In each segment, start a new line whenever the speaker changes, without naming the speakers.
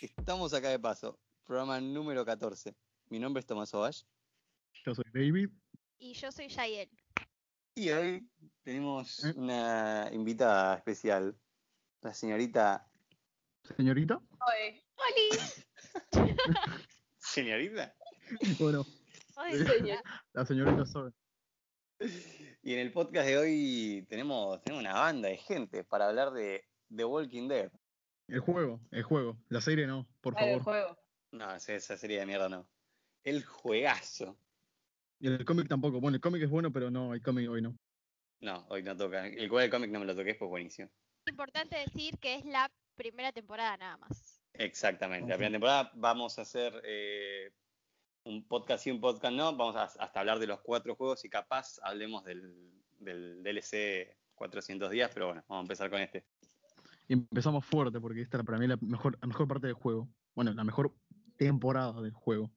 Estamos acá de paso. Programa número 14. Mi nombre es Tomás Ovash.
Yo soy David.
Y yo soy Yael.
Y hoy tenemos una invitada especial. La señorita.
Señorita.
Oye,
¡Holi!
¿Señorita?
Bueno,
Ay, señor.
la señorita sabe.
Y en el podcast de hoy tenemos, tenemos una banda de gente para hablar de The Walking Dead.
El juego, el juego. La serie no, por
dale,
favor.
juego.
No, esa esa serie de mierda no. El juegazo.
Y el cómic tampoco. Bueno, el cómic es bueno, pero no, el cómic hoy no.
No, hoy no toca. El cual del cómic no me lo toqué, fue buenísimo.
Importante decir que es la primera temporada nada más.
Exactamente. La primera temporada vamos a hacer eh, un podcast y un podcast no. Vamos a, hasta hablar de los cuatro juegos y capaz hablemos del, del DLC 400 días, pero bueno, vamos a empezar con este.
Y empezamos fuerte porque esta para mí es la mejor, la mejor parte del juego. Bueno, la mejor temporada del juego.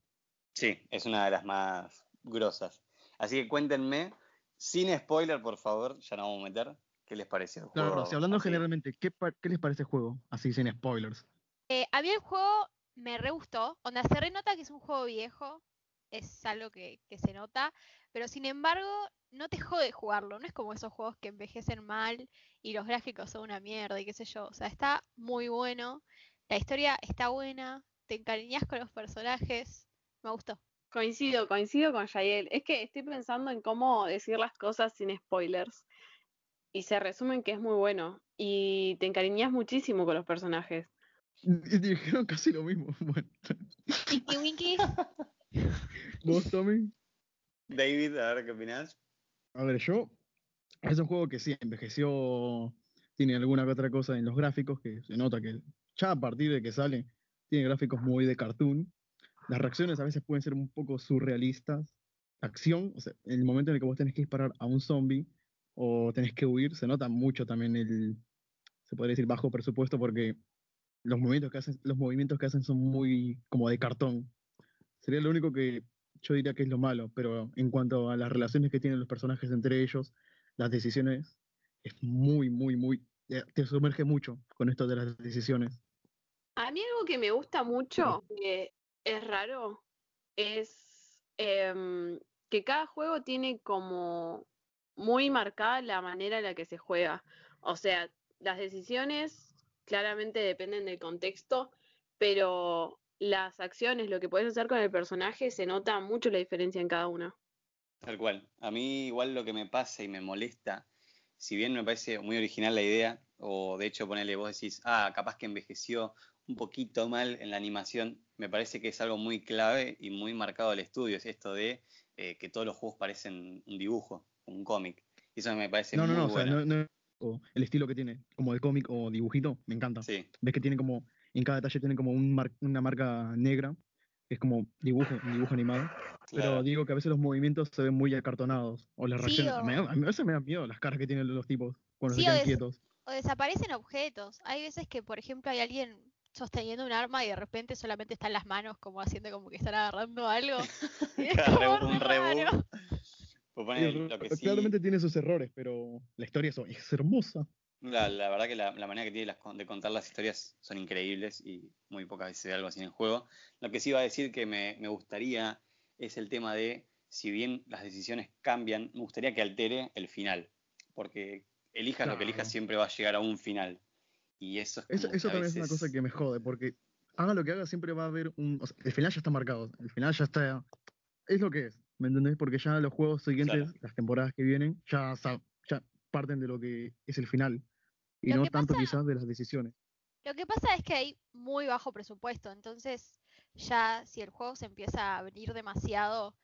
Sí, es una de las más grosas. Así que cuéntenme, sin spoiler, por favor, ya no vamos a meter, ¿qué les pareció el
Claro,
juego?
no, si hablando
Así.
generalmente, ¿qué, pa- ¿qué les parece el juego? Así sin spoilers.
Eh, a mí el juego me re gustó. Onda, se renota que es un juego viejo. Es algo que, que se nota. Pero sin embargo, no te jode jugarlo. No es como esos juegos que envejecen mal y los gráficos son una mierda y qué sé yo. O sea, está muy bueno. La historia está buena. Te encariñas con los personajes. Me gustó.
Coincido, coincido con Yael. Es que estoy pensando en cómo decir las cosas sin spoilers. Y se resumen que es muy bueno. Y te encariñas muchísimo con los personajes.
Y te dijeron casi lo mismo. Bueno,
Tinky Winky.
vos, Tommy.
David, a ver qué opinás.
A ver, yo. Es un juego que sí, envejeció. Tiene alguna que otra cosa en los gráficos que se nota que ya a partir de que sale, tiene gráficos muy de cartoon. Las reacciones a veces pueden ser un poco surrealistas. La acción, o sea, en el momento en el que vos tenés que disparar a un zombie o tenés que huir, se nota mucho también el. Se podría decir bajo presupuesto porque los movimientos que hacen, los movimientos que hacen son muy como de cartón. Sería lo único que yo diría que es lo malo, pero en cuanto a las relaciones que tienen los personajes entre ellos, las decisiones, es muy, muy, muy... eh, Te sumerge mucho con esto de las decisiones.
A mí algo que me gusta mucho, que es raro, es em, que cada juego tiene como muy marcada la manera en la que se juega. O sea, las decisiones claramente dependen del contexto, pero las acciones, lo que puedes hacer con el personaje, se nota mucho la diferencia en cada uno.
Tal cual. A mí igual lo que me pasa y me molesta, si bien me parece muy original la idea, o de hecho ponele vos decís, ah, capaz que envejeció un poquito mal en la animación, me parece que es algo muy clave y muy marcado del estudio, es esto de eh, que todos los juegos parecen un dibujo, un cómic. Y eso me parece
no, no,
muy
no, o sea,
bueno.
no, no- o el estilo que tiene, como de cómic o dibujito, me encanta.
Sí,
Ves que tiene como, en cada detalle tiene como un mar- una marca negra, que es como dibujo, un dibujo animado. Pero
claro.
digo que a veces los movimientos se ven muy acartonados, o las
Sí,
reacciones.
o-
me da- a mí a veces me dan miedo las caras que tienen los tipos cuando
Sí,
se
o
quedan
es-
quietos.
O desaparecen objetos. Hay veces que, por ejemplo, hay alguien sosteniendo un arma y de repente solamente están las manos como haciendo como que están agarrando algo. Y es
Claro,
como
un
re
reboot.
raro.
Pues
Sí,
ponele lo que sí-
Claramente tiene sus errores, pero la historia es, es hermosa.
La, la verdad que la, la manera que tiene las con- de contar las historias son increíbles y muy pocas veces se ve algo así en el juego. Lo que sí iba a decir que me, me gustaría es el tema de, si bien las decisiones cambian, me gustaría que altere el final, porque elijas lo que
Claro.
elijas siempre va a llegar a un final. Y eso es
Eso,
como que
eso
a
también es una
veces-
cosa que me jode, porque haga lo que haga, siempre va a haber un. o sea, el final ya está marcado, el final ya está. Es lo que es, ¿me entendés? Porque ya los juegos siguientes,
Claro.
las temporadas que vienen, ya, sa- ya parten de lo que es el final. Y
Lo
no
que
tanto
pasa-
quizás de las decisiones.
Lo que pasa es que hay muy bajo presupuesto, entonces ya si el juego se empieza a venir demasiado,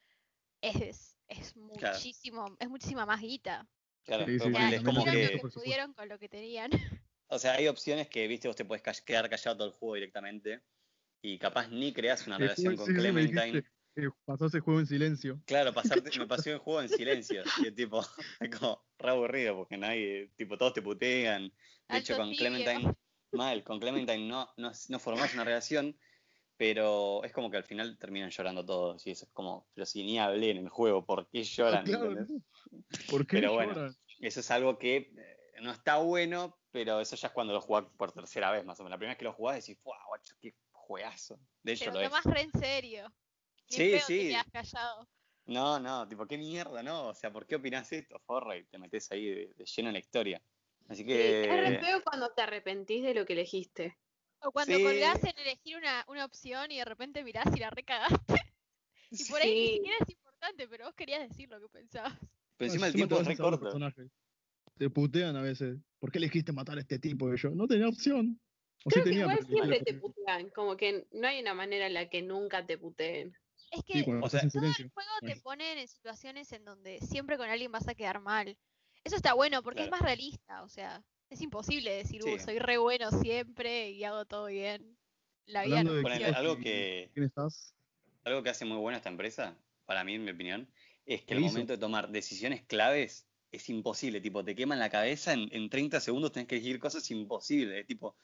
es, es
Claro.
muchísimo, es muchísima más guita.
Claro,
Sí, sí,
pero
sí,
ponele,
Claro,
es como
hicieron
que...
lo que
Por supuesto.
pudieron con lo que tenían.
O sea, hay opciones que, viste, vos te puedes quedar callado todo el juego directamente y capaz ni creas una
El
relación
juego-
Ah, con
Eh, sí, sí, sí, me
Clementine.
dijiste, eh, pasó ese juego en silencio.
Claro, pasarte, me pasó el juego en silencio. Y es tipo, es como re aburrido porque nadie, tipo, todos te putean. De hecho,
Alto
con
tibio.
Clementine, mal, con Clementine no, no, no formás una relación, pero es como que al final terminan llorando todos. Y eso es como, pero si ni hablé en el juego, ¿por qué lloran?
Ah, claro,
¿Entendés?
no. ¿Por qué
Pero bueno,
lloran?
Eso es algo que eh, no está bueno, pero eso ya es cuando lo jugás por tercera vez, más o menos. La primera vez que lo jugás decís, ¡guau, guacho, qué juegazo. De
Te
hecho,
lo
lo es.
tomas re en serio. Ni
Sí,
pedo
sí.
Te quedas callado.
No, no, tipo, qué mierda, no. O sea, ¿por qué opinás esto, Forra? Y te metes ahí de, de lleno en la historia. Así
Sí, es re
que.
feo cuando te arrepentís de lo que elegiste.
O cuando
Sí.
colgás en elegir una, una opción y de repente mirás y la recagaste. Y por ahí ni
Sí.
siquiera es importante, pero vos querías decir lo que pensabas.
Pero encima el
te
tiempo es
vas a
re
saber los
corto.
personajes. Te putean a veces. ¿Por qué elegiste matar a este tipo? Y yo, no tenía opción. O
Creo
sí
que
tenía,
igual
pero elegí
siempre
lo
te
que-
putean, como que no hay una manera en la que nunca te puteen.
Es que
Sí, cuando
o
estás
sea,
en
todo
silencio.
el juego te
Bueno.
ponen en situaciones en donde siempre con alguien vas a quedar mal. Eso está bueno porque es
Claro.
más realista, o sea, es imposible decir, "Uh,
Sí.
soy re bueno siempre y hago todo bien. La vida
Hablando
no
de
Ponele,
funciona.
equipos
algo
que-
que,
¿Quién estás?
algo que hace muy buena esta empresa, para mí, en mi opinión, es que
¿Qué
el
hizo?
momento de tomar decisiones claves es imposible. Tipo, te queman la cabeza, en, en 30 segundos tenés que elegir cosas imposibles. Es tipo,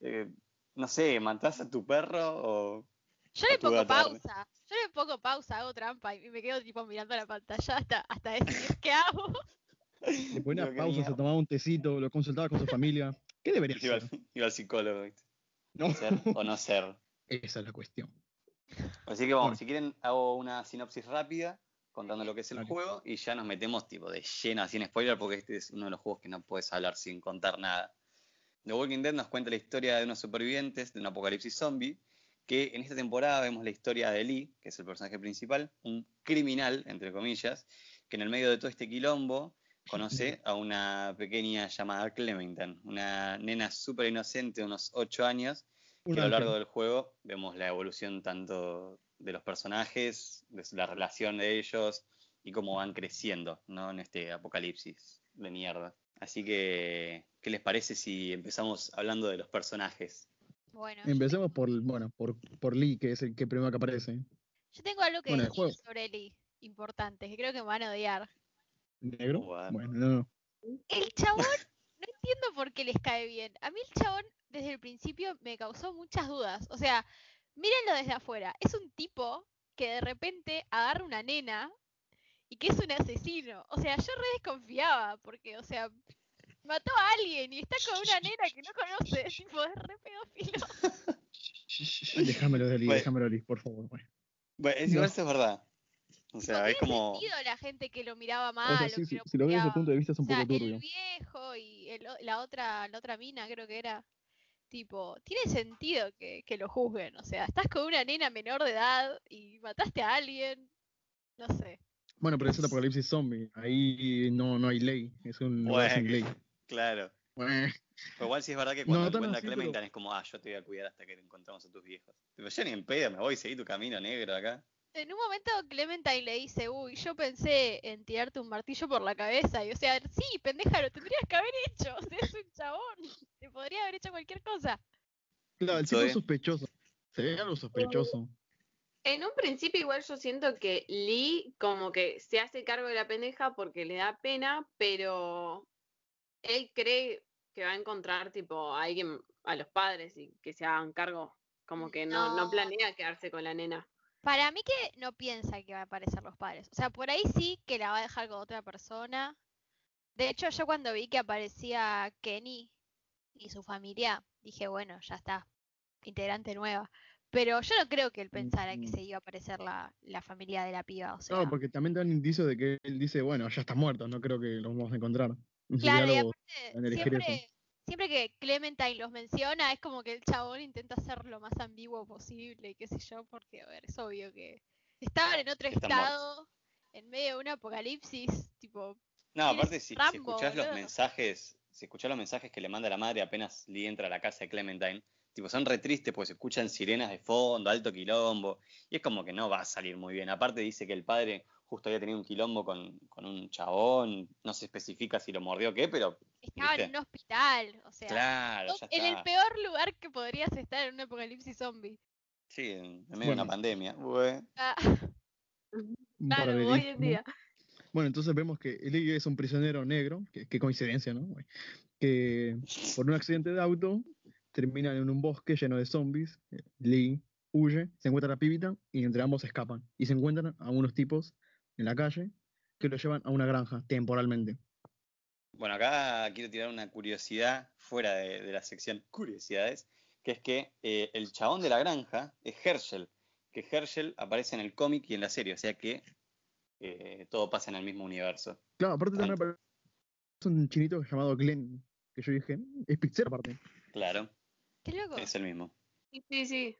eh, no sé, matás a tu perro o.
Yo le
tu
pongo
gato Arne.
pausa, yo le pongo pausa, hago trampa y me quedo tipo mirando la pantalla hasta, hasta decidir qué hago.
Le ponía
Digo, qué
pausa, se
mierda.
tomaba un tecito, lo consultaba con su familia. ¿Qué debería
Iba
hacer?
al, iba al psicólogo, ¿viste?
No.
ser o no ser.
Esa es la cuestión.
Así que vamos,
Bueno.
si quieren hago una sinopsis rápida contando lo que es el
Dale.
juego y ya nos metemos tipo de llena, sin spoiler, porque este es uno de los juegos que no puedes hablar sin contar nada. The Walking Dead nos cuenta la historia de unos supervivientes de un apocalipsis zombie, que en esta temporada vemos la historia de Lee, que es el personaje principal, un criminal, entre comillas, que en el medio de todo este quilombo conoce a una pequeña llamada Clementon, una nena súper inocente de unos 8 años,
Un
que a lo
ángel.
largo del juego vemos la evolución tanto de los personajes, de s- la relación de ellos y cómo van creciendo ¿no? en este apocalipsis de mierda. Así que, ¿qué les parece si empezamos hablando de los personajes?
Bueno, yo
Empecemos
tengo-
por, bueno, por, por Lee, que es el que primero que aparece.
Yo tengo algo que
Bueno, el
decir
juego.
sobre Lee, importante, que creo que me van a odiar.
¿Negro?
Oh, Bueno.
Bueno, no, no.
El chabón, no entiendo por qué les cae bien. A mí el chabón desde el principio me causó muchas dudas. O sea, mírenlo desde afuera. Es un tipo que de repente agarra una nena y que es un asesino. O sea, yo re desconfiaba porque, o sea, mató a alguien y está con una nena que no conoce. Tipo, es re pedófilo.
Déjamelo de Lee,
Bueno.
déjamelo de Lee, por favor. Bueno.
Bueno, es,
No.
igual eso es verdad. O
No
sea, es como...
sentido la gente que lo miraba mal.
Ah,
O sea,
o
sí,
que
si,
lo
si lo ves desde
puteaba.
el punto de vista es
O
un
sea,
poco
el
turbio.
viejo y el o- la otra la otra mina creo que era tipo tiene sentido que, que lo juzguen o sea estás con una nena menor de edad y mataste a alguien no sé
Bueno, pero es el apocalipsis zombie. Ahí no, no hay ley. Es un lugar sin
Bueno.
ley.
Claro.
Bueno.
Pero igual sí es verdad que
No,
cuando
tan
encuentra a
así,
Clementine
pero-
es como, ah, yo te voy a cuidar hasta que encontramos a tus viejos. Pero yo ni en pedo, me voy, seguí tu camino negro acá.
en un momento Clementine le dice uy yo pensé en tirarte un martillo por la cabeza y o sea sí pendeja lo tendrías que haber hecho o sea es un chabón te podría haber hecho cualquier cosa
Claro, el
Todo
tipo es
bien.
sospechoso. Se ve algo sospechoso.
En un principio igual yo siento que Lee como que se hace cargo de la pendeja porque le da pena, pero él cree que va a encontrar tipo a alguien, a los padres y que se hagan cargo, como que no, no
No.
planea quedarse con la nena.
Para mí que no piensa que va a aparecer los padres. O sea, por ahí sí que la va a dejar con otra persona. De hecho, yo cuando vi que aparecía Kenny y su familia, dije, bueno, ya está, integrante nueva. Pero yo no creo que él pensara que
Mm.
se iba a aparecer la, la familia de la piba. O sea,
Claro, porque también dan indicios de que él dice, bueno, ya está muerto, no creo que los vamos a encontrar. En su
claro, y
diálogo,
aparte,
van a elegir eso.
siempre, siempre que Clementine los menciona, es como que el chabón intenta ser lo más ambiguo posible, y qué sé yo, porque, a ver, es obvio que estaban en otro
Están muertos.
estado, en medio de un apocalipsis, tipo,
No,
Eres
aparte si, si
Rambo,
escuchás los
boludo.
mensajes, si escuchás los mensajes que le manda la madre apenas Lee entra a la casa de Clementine, tipo son re tristes porque se escuchan sirenas de fondo, alto quilombo, y es como que no va a salir muy bien. Aparte dice que el padre justo había tenido un quilombo con, con un chabón, no se especifica si lo mordió o qué, pero
estaban en
¿Viste?
un hospital, o sea,
claro,
vos
ya
en el
está.
peor lugar que podrías estar en un apocalipsis zombie.
Sí, en en medio de una
Bueno.
pandemia. Bue-
Ah,
un
Claro, hoy en
paralelismo.
día.
Bueno, entonces vemos que Lee es un prisionero negro, que- qué coincidencia, ¿no? Güey? Que por un accidente de auto terminan en un bosque lleno de zombies. eh, Lee huye, se encuentra la pibita y entre ambos escapan. Y se encuentran a unos tipos en la calle que lo llevan a una granja temporalmente.
Bueno, acá quiero tirar una curiosidad fuera de, de la sección curiosidades, que es que eh, el chabón de la granja es Herschel, que Herschel aparece en el cómic y en la serie, o sea que eh, todo pasa en el mismo universo.
Claro, aparte también aparece un chinito llamado Glenn, que yo dije, "Mm, es Pixar aparte.
Claro,
Qué loco.
es el mismo.
Sí, sí, sí.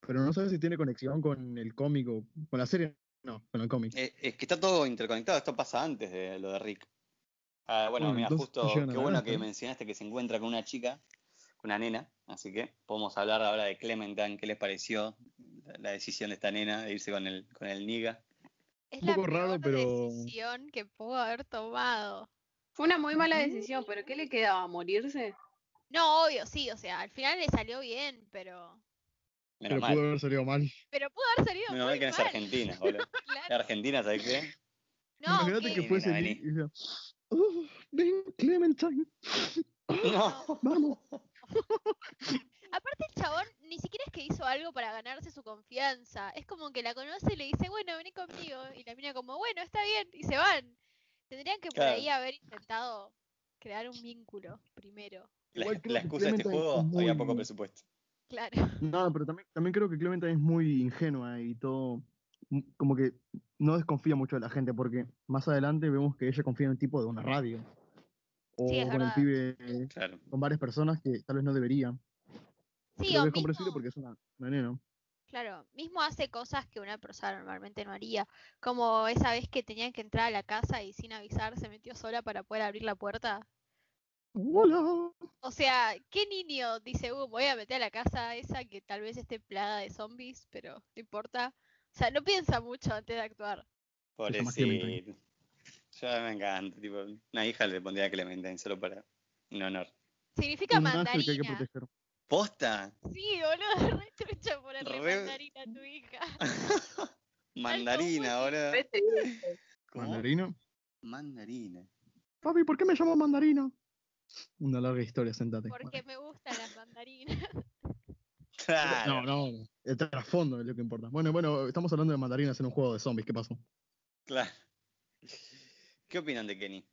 Pero no sé si tiene conexión con el cómic o con la serie, no, con el cómic.
Eh, es que está todo interconectado, esto pasa antes de lo de Rick. Ah, bueno,
Bueno,
mira,
entonces
justo,
llegan a
qué
la
bueno
granja,
que
¿no?
mencionaste que se encuentra con una chica, con una nena, así que podemos hablar ahora de Clementine, qué les pareció la, la decisión de esta nena de irse con el, con el Niga.
Es
un
la
poco raro,
peor
pero-
decisión que pudo haber tomado.
Fue una muy mala decisión, pero ¿qué le quedaba? ¿Morirse?
No, obvio, sí, o sea, al final le salió bien, pero.
Menos
pero
mal.
pudo haber salido mal.
Pero pudo haber salido
Menos mal
muy
que no es
mal,
Argentina, boludo.
claro.
Argentina, ¿sabes qué?
No,
Imagínate
que-
que fuese
Vení,
Nick y diga, "Uf, ven, Clementine,
No.
vamos.
Aparte el chabón ni siquiera es que hizo algo para ganarse su confianza. Es como que la conoce y le dice, bueno, vení conmigo. Y la mina como, bueno, está bien. Y se van. Tendrían que por
Claro.
ahí haber intentado crear un vínculo primero.
La,
Igual creo
la
que
excusa de este
Clementine
juego,
es muy
había poco
linda.
presupuesto.
Claro.
No, pero también, también creo que Clementine es muy ingenua y todo, mm, como que no desconfía mucho de la gente, porque más adelante vemos que ella confía en un tipo de una radio. O
Sí, es
con el
verdad.
pibe,
Claro.
con varias personas que tal vez no debería.
Sí,
Creo
o
que es comprensible
mismo,
porque es una, una nena.
claro, mismo hace cosas que una persona normalmente no haría. Como esa vez que tenían que entrar a la casa y sin avisar se metió sola para poder abrir la puerta.
¡Hola!
O sea, ¿qué niño dice, uh, voy a meter a la casa esa que tal vez esté plagada de zombies, pero no importa? O sea, no piensa mucho antes de actuar.
Se llama
Pobrecito. Yo me encanta. Tipo, una hija le pondría a Clementine solo para un honor.
Significa
un ángel que hay que
mandarina.
proteger.
¿Posta?
sí, boludo, re chucha ponerle
Re-
mandarina a tu hija.
Mandarina, ahora.
Vete, vete.
¿Mandarina?
Mandarina.
Papi, ¿por qué me llamo mandarina? Una larga historia, sentate.
Porque me gustan las mandarinas.
Claro.
No, no, no. el trasfondo es lo que importa. Bueno, bueno, estamos hablando de mandarinas en un juego de zombies, ¿qué pasó?
claro. ¿Qué opinan de Kenny?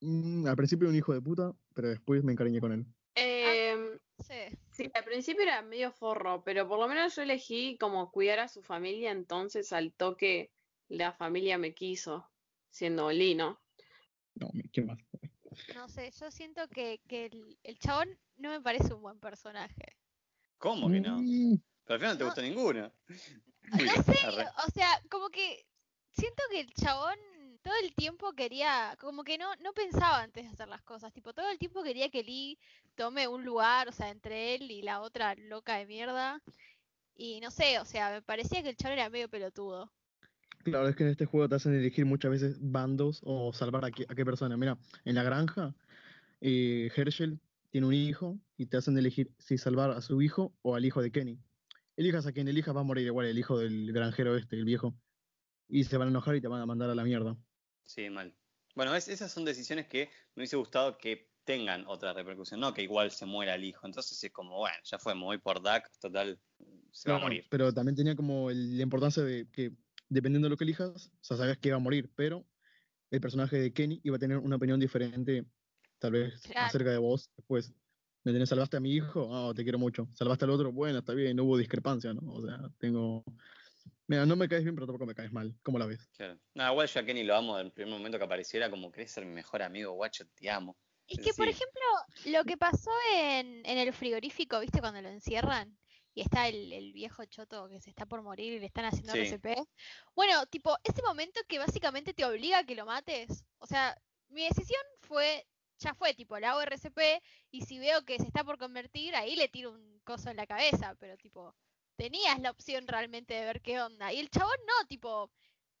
Mm, al principio un hijo de puta, pero después me encariñé con él.
Em,
No sé.
sí, al principio era medio forro, pero por lo menos yo elegí como cuidar a su familia, entonces al toque la familia me quiso, siendo Lino.
No, ¿qué más?
No sé, yo siento que, que el, el chabón no me parece un buen personaje.
¿Cómo que no?
Mm,
Pero al final no te
No.
gustó ninguno.
No sé,
Arre.
o sea, como que siento que el chabón todo el tiempo quería, como que no, no pensaba antes de hacer las cosas, tipo, todo el tiempo quería que Lee tome un lugar, o sea, entre él y la otra loca de mierda. Y no sé, o sea, me parecía que el chabón era medio pelotudo.
Claro, es que en este juego te hacen elegir muchas veces bandos o salvar a qué, a qué persona. Mira, en la granja, eh, Herschel tiene un hijo y te hacen elegir si salvar a su hijo o al hijo de Kenny. Elijas a quien elijas, va a morir igual el hijo del granjero este, el viejo. Y se van a enojar y te van a mandar a la mierda.
Sí, mal. Bueno, es- esas son decisiones que me hubiese gustado que tengan otra repercusión, no que igual se muera el hijo. Entonces es como, bueno, ya fue, me voy por DAC, total, se va a
Claro,
morir.
Pero también tenía como el- la importancia de que, dependiendo de lo que elijas, o sea, sabías que iba a morir, pero el personaje de Kenny iba a tener una opinión diferente, tal vez,
Claro.
acerca de vos después. ¿Me tenés? ¿Salvaste a mi hijo? Ah, te quiero mucho. ¿Salvaste al otro? Bueno, está bien, no hubo discrepancia, ¿no? O sea, tengo... Mira, no me caes bien, pero tampoco me caes mal. ¿Cómo la ves?
Claro. No, igual yo a Kenny lo amo del primer momento que apareciera, como querés ser mi mejor amigo, guacho, te amo.
Es que, por
Eh, Sí.
ejemplo, lo que pasó en, en el frigorífico, ¿viste? Cuando lo encierran y está el, el viejo choto que se está por morir y le están haciendo
Sí.
RCP. Bueno, tipo, ese momento que básicamente te obliga a que lo mates. O sea, mi decisión fue, ya fue, tipo, le hago RCP y si veo que se está por convertir, ahí le tiro un coso en la cabeza, pero tipo, tenías la opción realmente de ver qué onda. Y el chabón no, tipo,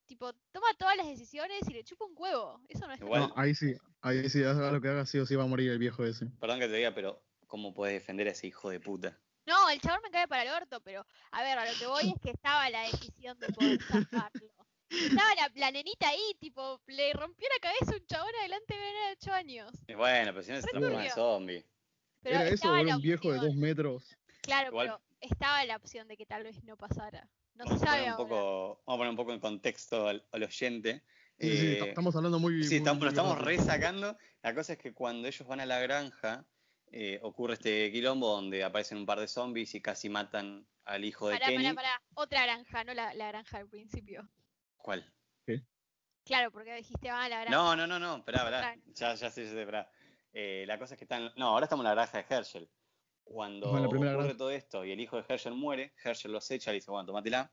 tipo, toma todas las decisiones y le chupa un huevo. Eso no es
Igual-
No, ahí sí, ahí sí, haga lo que haga, sí o sí va a morir el viejo ese.
Perdón que te diga, pero ¿cómo puedes defender a ese hijo de puta?
No, el chabón me cae para el orto, pero a ver, a lo que voy es que estaba la decisión de poder zafarlo. Estaba la, la nenita ahí, tipo, le rompió la cabeza un chabón adelante de nena de 8 años.
Y Bueno, pero si no se
Re
transforma en
turbio.
zombie.
Pero
Era eso,
estaba
o
la
era un viejo de
opción,
dos metros.
Claro,
Igual-
pero estaba la opción de que tal vez no pasara. No se
Vamos a,
sabe
poner un
ahora.
poco, vamos a poner un poco en contexto al, al oyente.
Sí, sí, sí,
Eh,
estamos hablando muy...
Sí,
muy-
estamos, lo
muy
estamos
rápido.
resacando. La cosa es que cuando ellos van a la granja, eh, ocurre este quilombo donde aparecen un par de zombies y casi matan al hijo de
Pará,
Kenny.
pará, pará. Otra granja, no la, la granja al principio.
¿Cuál?
Claro, porque dijiste, ah, la granja.
No, no, no, no, esperá, esperá. Ya, ya sé, ya sé, esperá. Eh, la cosa es que están. No, ahora estamos en la granja de Herschel. Cuando
Ajá, la primera
ocurre
granja.
todo esto y el hijo de Herschel muere, Herschel los echa, le dice, bueno, tomátela.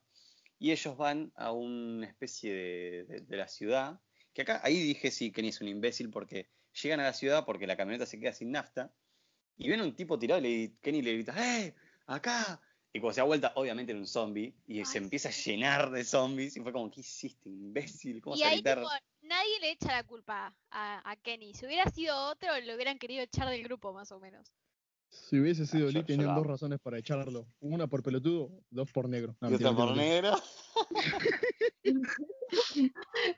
Y ellos van a una especie de, de- de la ciudad. Que acá, ahí dije sí, Kenny es un imbécil porque llegan a la ciudad porque la camioneta se queda sin nafta. Y ven a un tipo tirado y le- Kenny le grita, ¡eh! ¡Acá! Y cuando se da vuelta, obviamente era un zombie. Y
Ay,
se empieza
sí.
a llenar de zombies. Y fue como, ¿qué hiciste, imbécil? ¿Cómo
y
vas a
ahí
gritar?
tipo, nadie le echa la culpa a, a Kenny. Si hubiera sido otro, lo hubieran querido echar del grupo, más o menos.
Si hubiese sido
Ah, yo-
Lee,
yo
tenían
la
dos
amo.
razones para echarlo. Una por pelotudo, dos por negro. No,
Y otra
mentira,
por
mentira, mentira.
negro.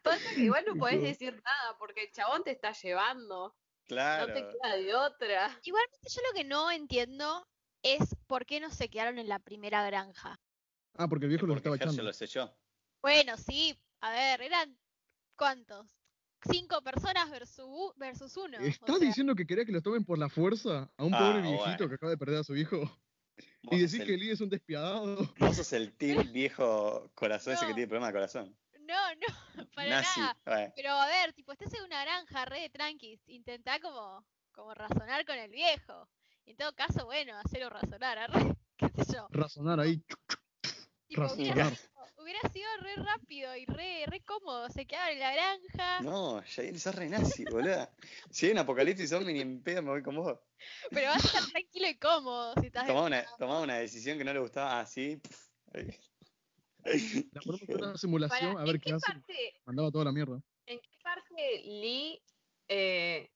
Pasa que igual no podés
Ujú.
decir nada porque el chabón te está llevando.
Claro.
No te queda de otra.
Igualmente yo lo que no entiendo es por qué no se quedaron en la primera granja.
Ah, porque el viejo
Porque
lo estaba
Herschel
echando.
lo selló.
Bueno, sí, a ver, eran ¿cuántos? Cinco personas versus, versus uno. o
¿Estás
sea,
diciendo que quería que lo tomen por la fuerza a un
Ah,
pobre viejito
bueno.
que acaba de perder a su hijo?
Vos
Y
sos
decir
el-
que Lee es un despiadado.
Vos sos el team viejo corazón ese que
No.
tiene problema de corazón.
No, no, para
Nazi.
nada.
Bueno,
Pero a ver, tipo, estás en una granja, re de tranquis. Intentá como, como razonar con el viejo. En todo caso, bueno, hacerlo razonar, arre, qué sé yo.
Razonar ahí.
Tipo, hubiera,
Razonar.
sido, hubiera sido re rápido y re, re cómodo. Se quedaba en la granja.
No, Yael, sos re nazi, boludo. Si hay un apocalipsis zombie, ni en pedo me voy con vos.
Pero vas a estar tranquilo y cómodo si estás
Tomaba una, tomaba una decisión que no le gustaba Ah, así. pf, ahí.
La ponemos en una simulación
Pará,
a ver
¿en
qué
qué
hace.
parte,
Mandaba toda la mierda.
en qué parte Lee eh,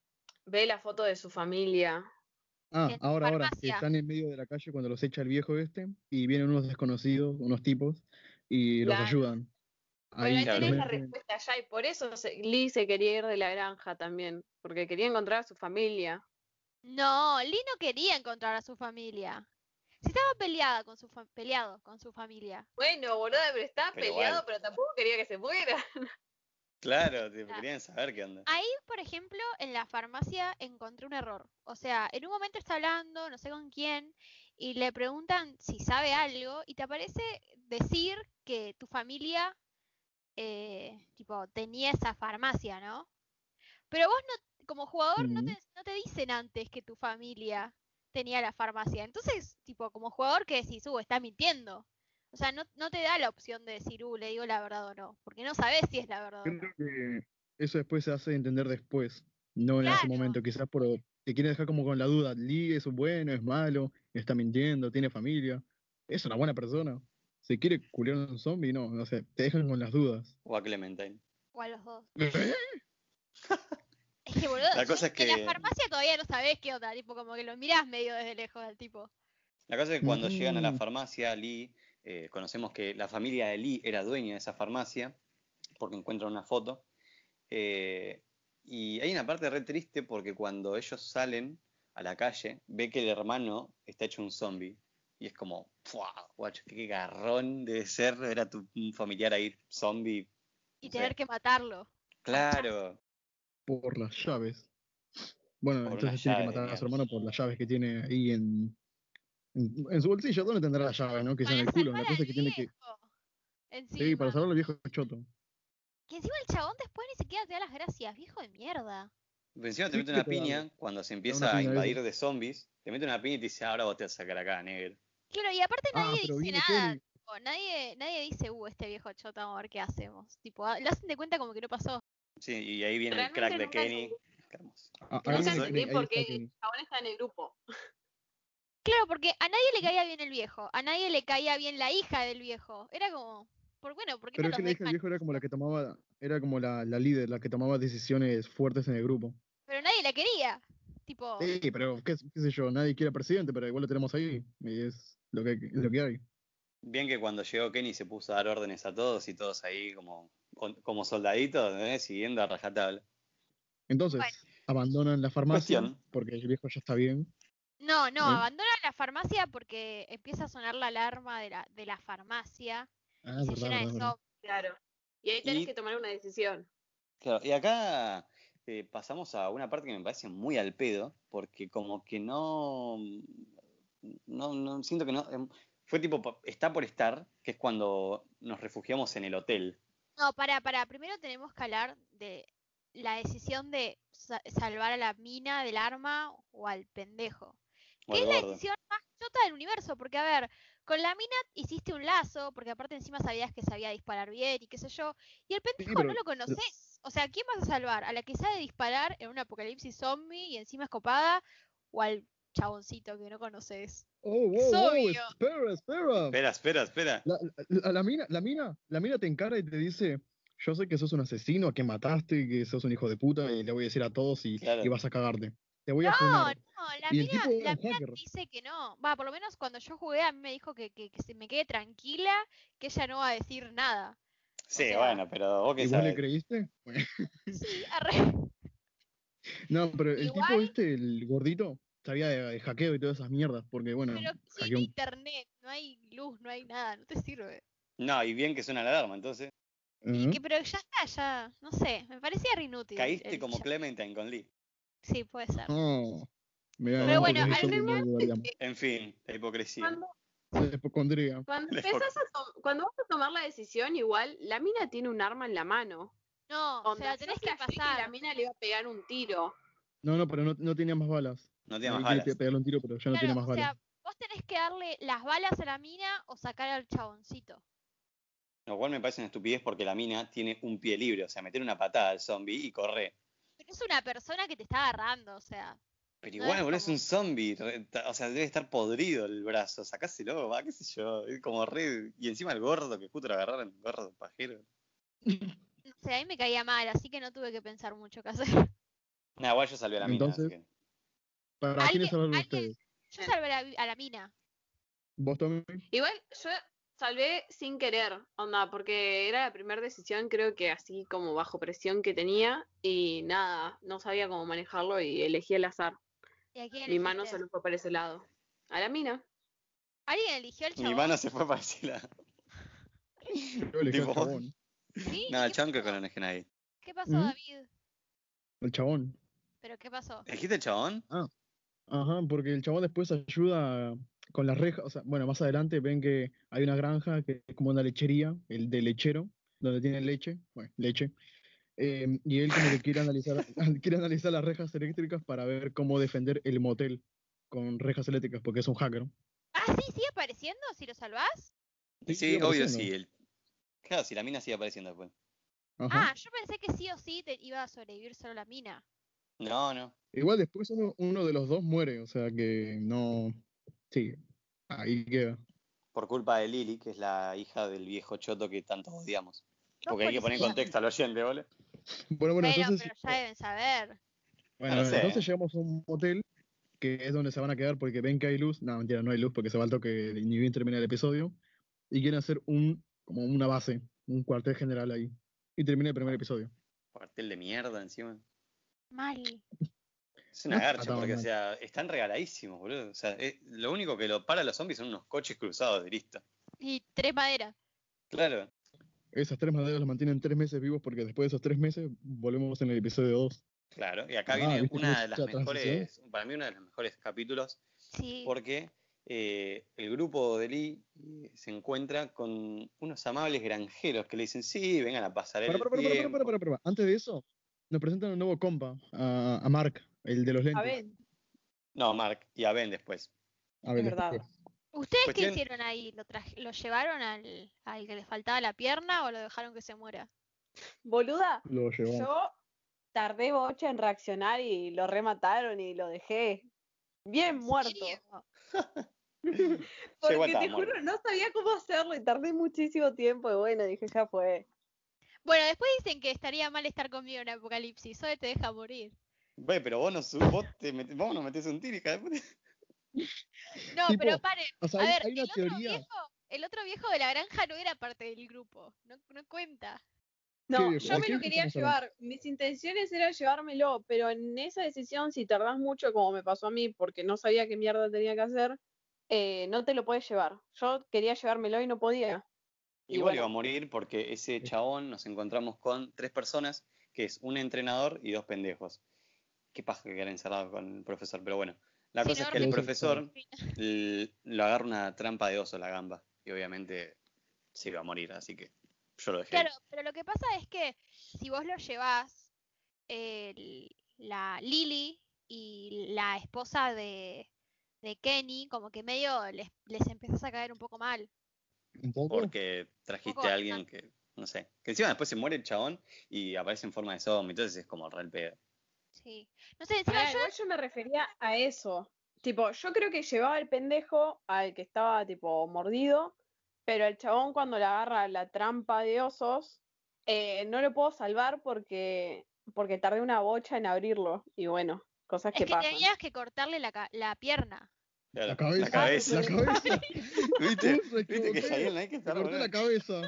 ve la foto de su familia?
Ah,
En la
ahora, ahora, que
farmacia.
están en medio de la calle cuando los echa el viejo este y vienen unos desconocidos, unos tipos, y los
Claro.
ayudan.
Bueno, ahí
claro.
tenés la
los meten-
respuesta ya, y por eso se- Lee se quería ir de la granja también, porque quería encontrar a su familia.
No, Lee no quería encontrar a su familia. Si estaba peleada con su fa- peleado con su familia.
Bueno, boludo, pero estaba
Pero
peleado,
igual.
pero tampoco quería que se muera.
Claro, tipo,
Ah.
querían saber qué onda.
Ahí, por ejemplo, en la farmacia encontré un error. O sea, en un momento está hablando, no sé con quién, y le preguntan si sabe algo, y te aparece decir que tu familia, eh, tipo, tenía esa farmacia, ¿no? Pero vos, no, como jugador, no,
Mm.
te, no te dicen antes que tu familia tenía la farmacia. Entonces, tipo, como jugador, que decís? Uh, está mintiendo. O sea, no, no te da la opción de decir, uh, le digo la verdad o no, porque no sabes si es la verdad o no.
Creo que eso después se hace entender después, no en ese
Claro.
momento. Quizás por, te quiere dejar como con la duda, Lee es bueno, es malo, está mintiendo, tiene familia, es una buena persona. ¿Se quiere culiar a un zombie? No, no sé, te dejan con las dudas.
O a Clementine.
O a los dos.
¿Eh?
Es que, boludo,
La
yo
cosa es
en
que-
la farmacia todavía no sabés qué onda, tipo, como que lo mirás medio desde lejos al tipo.
La cosa es que cuando llegan a la
Mm.
farmacia, Lee, eh, conocemos que la familia de Lee era dueña de esa farmacia, porque encuentran una foto. Eh, y hay una parte re triste porque cuando ellos salen a la calle, ve que el hermano está hecho un zombie. Y es como, ¡fua! Guacho, qué garrón debe ser ver a tu un familiar ahí zombie.
Y
Sí.
tener que matarlo.
Claro.
Por las llaves. Bueno,
Por
entonces
las
tiene que
llaves,
matar a su
digamos.
hermano por las llaves que tiene ahí en, en, en su bolsillo. ¿Dónde tendrá la llave, no? Que es en el culo. La cosa es que tiene que.
Encima.
Sí, para salvar al viejo choto.
Que encima el chabón después ni siquiera te da las gracias, viejo de mierda.
Encima te
Sí,
mete una
que te da-
piña cuando se
una
empieza a
piña,
invadir de zombies. Te mete una piña y te dice, ahora vos te vas a sacar acá, negro.
Claro, y aparte
Ah,
nadie
pero
dice
viene
nada.
Kenny.
tipo, nadie, nadie dice, uh, este viejo choto, vamos a ver qué hacemos. Tipo, ah, lo hacen de cuenta como que no pasó.
Sí, y ahí viene
Realmente
el crack de
nunca
Kenny.
entendí.
Qué hermoso.
Ah,
Nunca
ahí está
entendí
Kenny, ahí
por
está
qué-
Kenny.
Ahora está en el grupo.
Claro, porque a nadie le caía bien el viejo, a nadie le caía bien la hija del viejo. Era como, por bueno, ¿por qué
Pero
no
es que
los
la hija
dejan?
del viejo era como la que tomaba, era como la, la líder, la que tomaba decisiones fuertes en el grupo.
Pero nadie la quería. Tipo,
Sí, pero qué, qué sé yo, nadie quiere presidente, pero igual lo tenemos ahí. Y es lo que, lo que hay.
Bien que cuando llegó Kenny se puso a dar órdenes a todos y todos ahí como, como soldaditos, ¿eh? siguiendo a rajatabla.
Entonces,
Bueno.
abandonan la farmacia
Cuestión.
porque el viejo ya está bien.
no, no,
¿Eh?
abandona la farmacia porque empieza a sonar la alarma de la, de la farmacia.
Ah,
y
es
se
verdad,
llena de
verdad, verdad.
zombies.
Claro. Y ahí tenés
Y-
que tomar una decisión.
Claro, y acá eh, pasamos a una parte que me parece muy al pedo, porque como que no, no, no siento que no, em, fue tipo, po- está por estar, que es cuando nos refugiamos en el hotel.
No, para, para. Primero tenemos que hablar de la decisión de sa- salvar a la mina del arma o al pendejo.
o
Que
al
es la
gordo.
decisión más chota del universo, porque a ver, con la mina hiciste un lazo, porque aparte encima sabías que sabía disparar bien y qué sé yo, y el pendejo
pero-
no lo conoces. O sea, ¿quién vas a salvar? ¿A la que sabe disparar en un apocalipsis zombie y encima es copada? ¿O al chaboncito que no conoces?
Oh, wow, wow,
Obvio.
espera, espera.
Espera, espera, espera.
La, la- la mina, la mina, la mina te encara y te dice, yo sé que sos un asesino, que mataste, que sos un hijo de puta, y le voy a decir a todos y,
Claro.
y vas a cagarte. Te voy a
No,
funar.
no, la
Y el
mina,
tipo era
la
un
mina
hacker.
dice que no. Va, por lo menos cuando yo jugué a mí me dijo que, que, que se me quede tranquila, que ella no va a decir nada.
Sí,
sea-
bueno, pero vos
¿Y
que
vos le
sabés.
creíste?
Sí, arre.
No, pero el tipo,
Igual-
este, el gordito, sabía de, de hackeo y todas esas mierdas, porque bueno,
Pero sin
hackeó un-
internet, no hay luz, no hay nada, no te sirve.
No, y bien que suena la alarma, entonces.
Y
Ujú.
que, pero ya está, ya, no sé, me parecía re inútil.
Caíste
el
como
ya-
Clementine con Lee.
Sí, puede ser.
No. Mirá,
Pero
no, porque
bueno,
yo
al
soy
final-
hipocondría-
En fin, la hipocresía.
Cuando,
hipocondría.
cuando
Les
empezás a tom- cuando vas a tomar la decisión, igual, la mina tiene un arma en la mano.
No, o
Onda,
sea,
yo
tenés que
flashé la
pasar.
mina le iba a pegar un tiro.
No, no, pero no, no tenía más balas.
No tiene más
Ahí
balas.
quería pegarle un tiro, pero ya no
Claro,
tenía más
o
balas.
sea, vos tenés que darle las balas a la mina o sacar al chaboncito.
Lo cual me parece una estupidez porque la mina tiene un pie libre. O sea, meter una patada al zombie y correr.
Pero es una persona que te está agarrando, o sea.
Pero
No
igual,
es
boludo, es
como-
un zombie. re- ta- O sea, debe estar podrido el brazo. Sacáselo, va, qué sé yo. Es como re. Y encima el gordo que justo lo agarraron, el gordo pajero.
No sé, a mí me caía mal, así que no tuve que pensar mucho qué hacer.
Nah, igual yo salvé a la mina. así
Entonces-
que-
¿Para quiénes
alguien-
salvaron
alguien-
ustedes?
Eh.
Yo salvé a la, a la mina.
¿Vos también?
Igual yo salvé sin querer, onda, porque era la primera decisión, creo que así como bajo presión que tenía y nada, no sabía cómo manejarlo y elegí el azar.
¿Y a quién
Mi mano
elegiste?
solo fue para ese lado. A la mina.
¿Alguien eligió al chabón?
Mi mano se fue para ese lado.
Yo elegí al
Tipo,
chabón.
¿Sí?
No,
¿Qué,
el chabón que con la ahí.
qué pasó,
¿Mm?
David?
El chabón.
¿Pero qué pasó?
¿Dijiste el chabón?
Ajá, porque el chabón después ayuda con las rejas. O sea, bueno, más adelante ven que hay una granja que es como una lechería, el de lechero, donde tienen leche, bueno, leche. eh, y él como que quiere analizar, quiere analizar las rejas eléctricas para ver cómo defender el motel con rejas eléctricas, porque es un hacker.
Ah, sí, sigue apareciendo si lo salvás.
Sí,
sigue
obvio,
apareciendo.
sí. El... Claro, si la mina sigue apareciendo después.
Ajá.
Ah, yo pensé que sí o sí te iba a sobrevivir solo la mina.
No, no.
Igual después uno, uno de los dos muere, o sea que no. Sí, ahí queda.
Por culpa de Lily, que es la hija del viejo choto que tanto odiamos.
Dos
Porque hay que poner en
policías.
contexto al oyente, ¿vale?
Bueno, bueno,
Bueno,
entonces.
pero ya deben saber.
Bueno,
No
bueno,
sé.
entonces llegamos a un hotel que es donde se van a quedar porque ven que hay luz. No, mentira, no hay luz porque se va al toque ni bien termina el episodio. Y quieren hacer un como una base, un cuartel general ahí. Y termina el primer episodio.
Cuartel de mierda encima.
Mal.
Es una
No,
garcha,
estaba
porque, o
mal.
sea, están regaladísimos, boludo. O sea, es- lo único que lo para a los zombies son unos coches cruzados y listo.
Y tres maderas.
Claro.
Esas tres maderas las mantienen tres meses vivos porque después de esos tres meses volvemos en el episodio 2.
Claro, y acá
Ah,
viene
¿viste
una
cómo
de las
es esa
mejores, para mí uno de los mejores capítulos,
Sí.
porque eh, el grupo de Lee eh, se encuentra con unos amables granjeros que le dicen, sí, vengan a pasar el
Para, para, para, para,
tiempo".
para, para, para. Antes de eso, nos presentan un nuevo compa, a, a Mark, el de los lentes.
A ver,
No, Mark, y a Ben después.
A ver,
Es verdad.
después.
¿Ustedes
cuestión-
qué hicieron ahí? ¿Lo, traj- lo llevaron al, al que le faltaba la pierna o lo dejaron que se muera?
boluda,
Lo llevó.
yo tardé bocha en reaccionar y lo remataron y lo dejé. Bien muerto.
serio?
Llegó
Porque
hasta
te
muerto.
juro, no sabía cómo hacerlo y tardé muchísimo tiempo y bueno, dije, ya fue.
Bueno, después dicen que estaría mal estar conmigo en apocalipsis. Zoe te deja morir.
Ve, pero vos no, su- vos te metés, vos no metés un tiro, hija de puta.
No,
Tipo,
pero paren.
O sea,
A
hay,
ver,
hay una
el otro
teoría.
viejo, el otro viejo de la granja no era parte del grupo. No, no cuenta.
No,
viejo?
yo
¿De
me
qué
lo
viejo
quería
estamos hablando?
llevar. Mis intenciones era llevármelo, pero en esa decisión, si tardás mucho, como me pasó a mí, porque no sabía qué mierda tenía que hacer, eh, no te lo puedes llevar. Yo quería llevármelo y no podía. Y
Igual
bueno.
iba a morir porque ese chabón nos encontramos con tres personas que es un entrenador y dos pendejos. Qué paja que quedar encerrado con el profesor, pero bueno. La
Sí,
cosa
no,
es que el
horrible.
profesor l- lo agarra una trampa de oso la gamba y obviamente se iba a morir, así que yo lo dejé. ahí.
Claro, pero lo que pasa es que si vos lo llevás, el- la Lily y la esposa de, de Kenny, como que medio les, les empezás a caer un poco mal.
Un poco.
Porque trajiste
Poco
a alguien que, no sé, que encima después se muere el chabón y aparece en forma de zombie, entonces es como real pedo.
Sí. No sé, encima
Pará,
yo,
igual yo me refería a eso. Tipo, yo creo que llevaba el pendejo al que estaba, tipo, mordido, pero el chabón cuando le agarra la trampa de osos, eh, no lo puedo salvar porque, porque tardé una bocha en abrirlo. Y bueno, cosas
es
que,
que
pasan.
tenías que cortarle la, ca- la pierna.
Claro,
La
La
cabeza.
cabeza.
La cabeza.
¿Viste?
Uf, me
¿Viste que
equivoqué.
Jael hay que
Me
estar
corté la cabeza.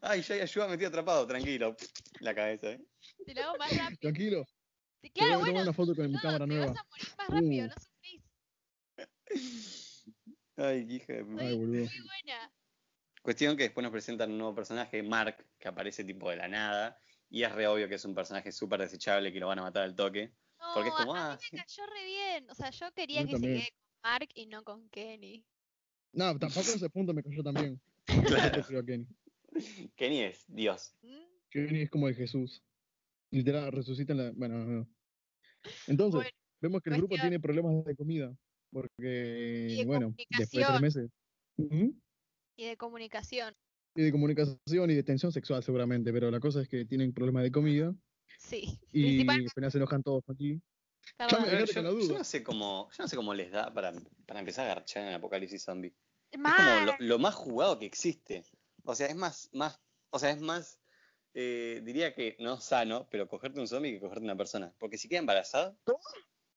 Ay, ya ayuda, me estoy atrapado, tranquilo. La cabeza, ¿eh?
Te lo hago más rápido.
Tranquilo.
Sí,
Te voy
Claro,
a tomar
bueno,
una foto con mi
no,
cámara
te
nueva.
vas a morir más rápido,
Uh.
no sufrís.
Ay, qué hija de puta.
Ay, boludo.
Muy buena.
Cuestión que después nos presentan un nuevo personaje, Mark, que aparece tipo de la nada. Y es re obvio que es un personaje súper desechable que lo van a matar al toque.
No,
Porque es como,
a, a
ah,
mí me cayó re bien. O sea, yo quería
mí
que
también.
se quede con Mark y no con Kenny.
No, tampoco en ese punto me cayó también.
Claro.
Yo creo que Kenny.
Kenny es Dios.
¿Mm?
Kenny es como el Jesús. Literal, resucita en la. Bueno, no, no. Entonces,
Bueno,
vemos que el grupo
cuestión.
tiene problemas de comida.
Y
Porque,
de
bueno, después de tres
comunicación.
meses. Ujú.
Y de comunicación.
Y de comunicación y de tensión sexual, seguramente. Pero la cosa es que tienen problemas de comida.
Sí.
Y al
Principalmente.
final se enojan todos aquí.
perdón.
me-
Pero
quedate
yo,
con la duda.
yo no sé cómo, yo no sé cómo les da para, para empezar a garchar en el apocalipsis zombie. Es como
Mal.
lo, lo más jugado que existe. O sea, es más, más, o sea, es más, eh, diría que no sano, pero cogerte un zombie que cogerte una persona. Porque si queda embarazada,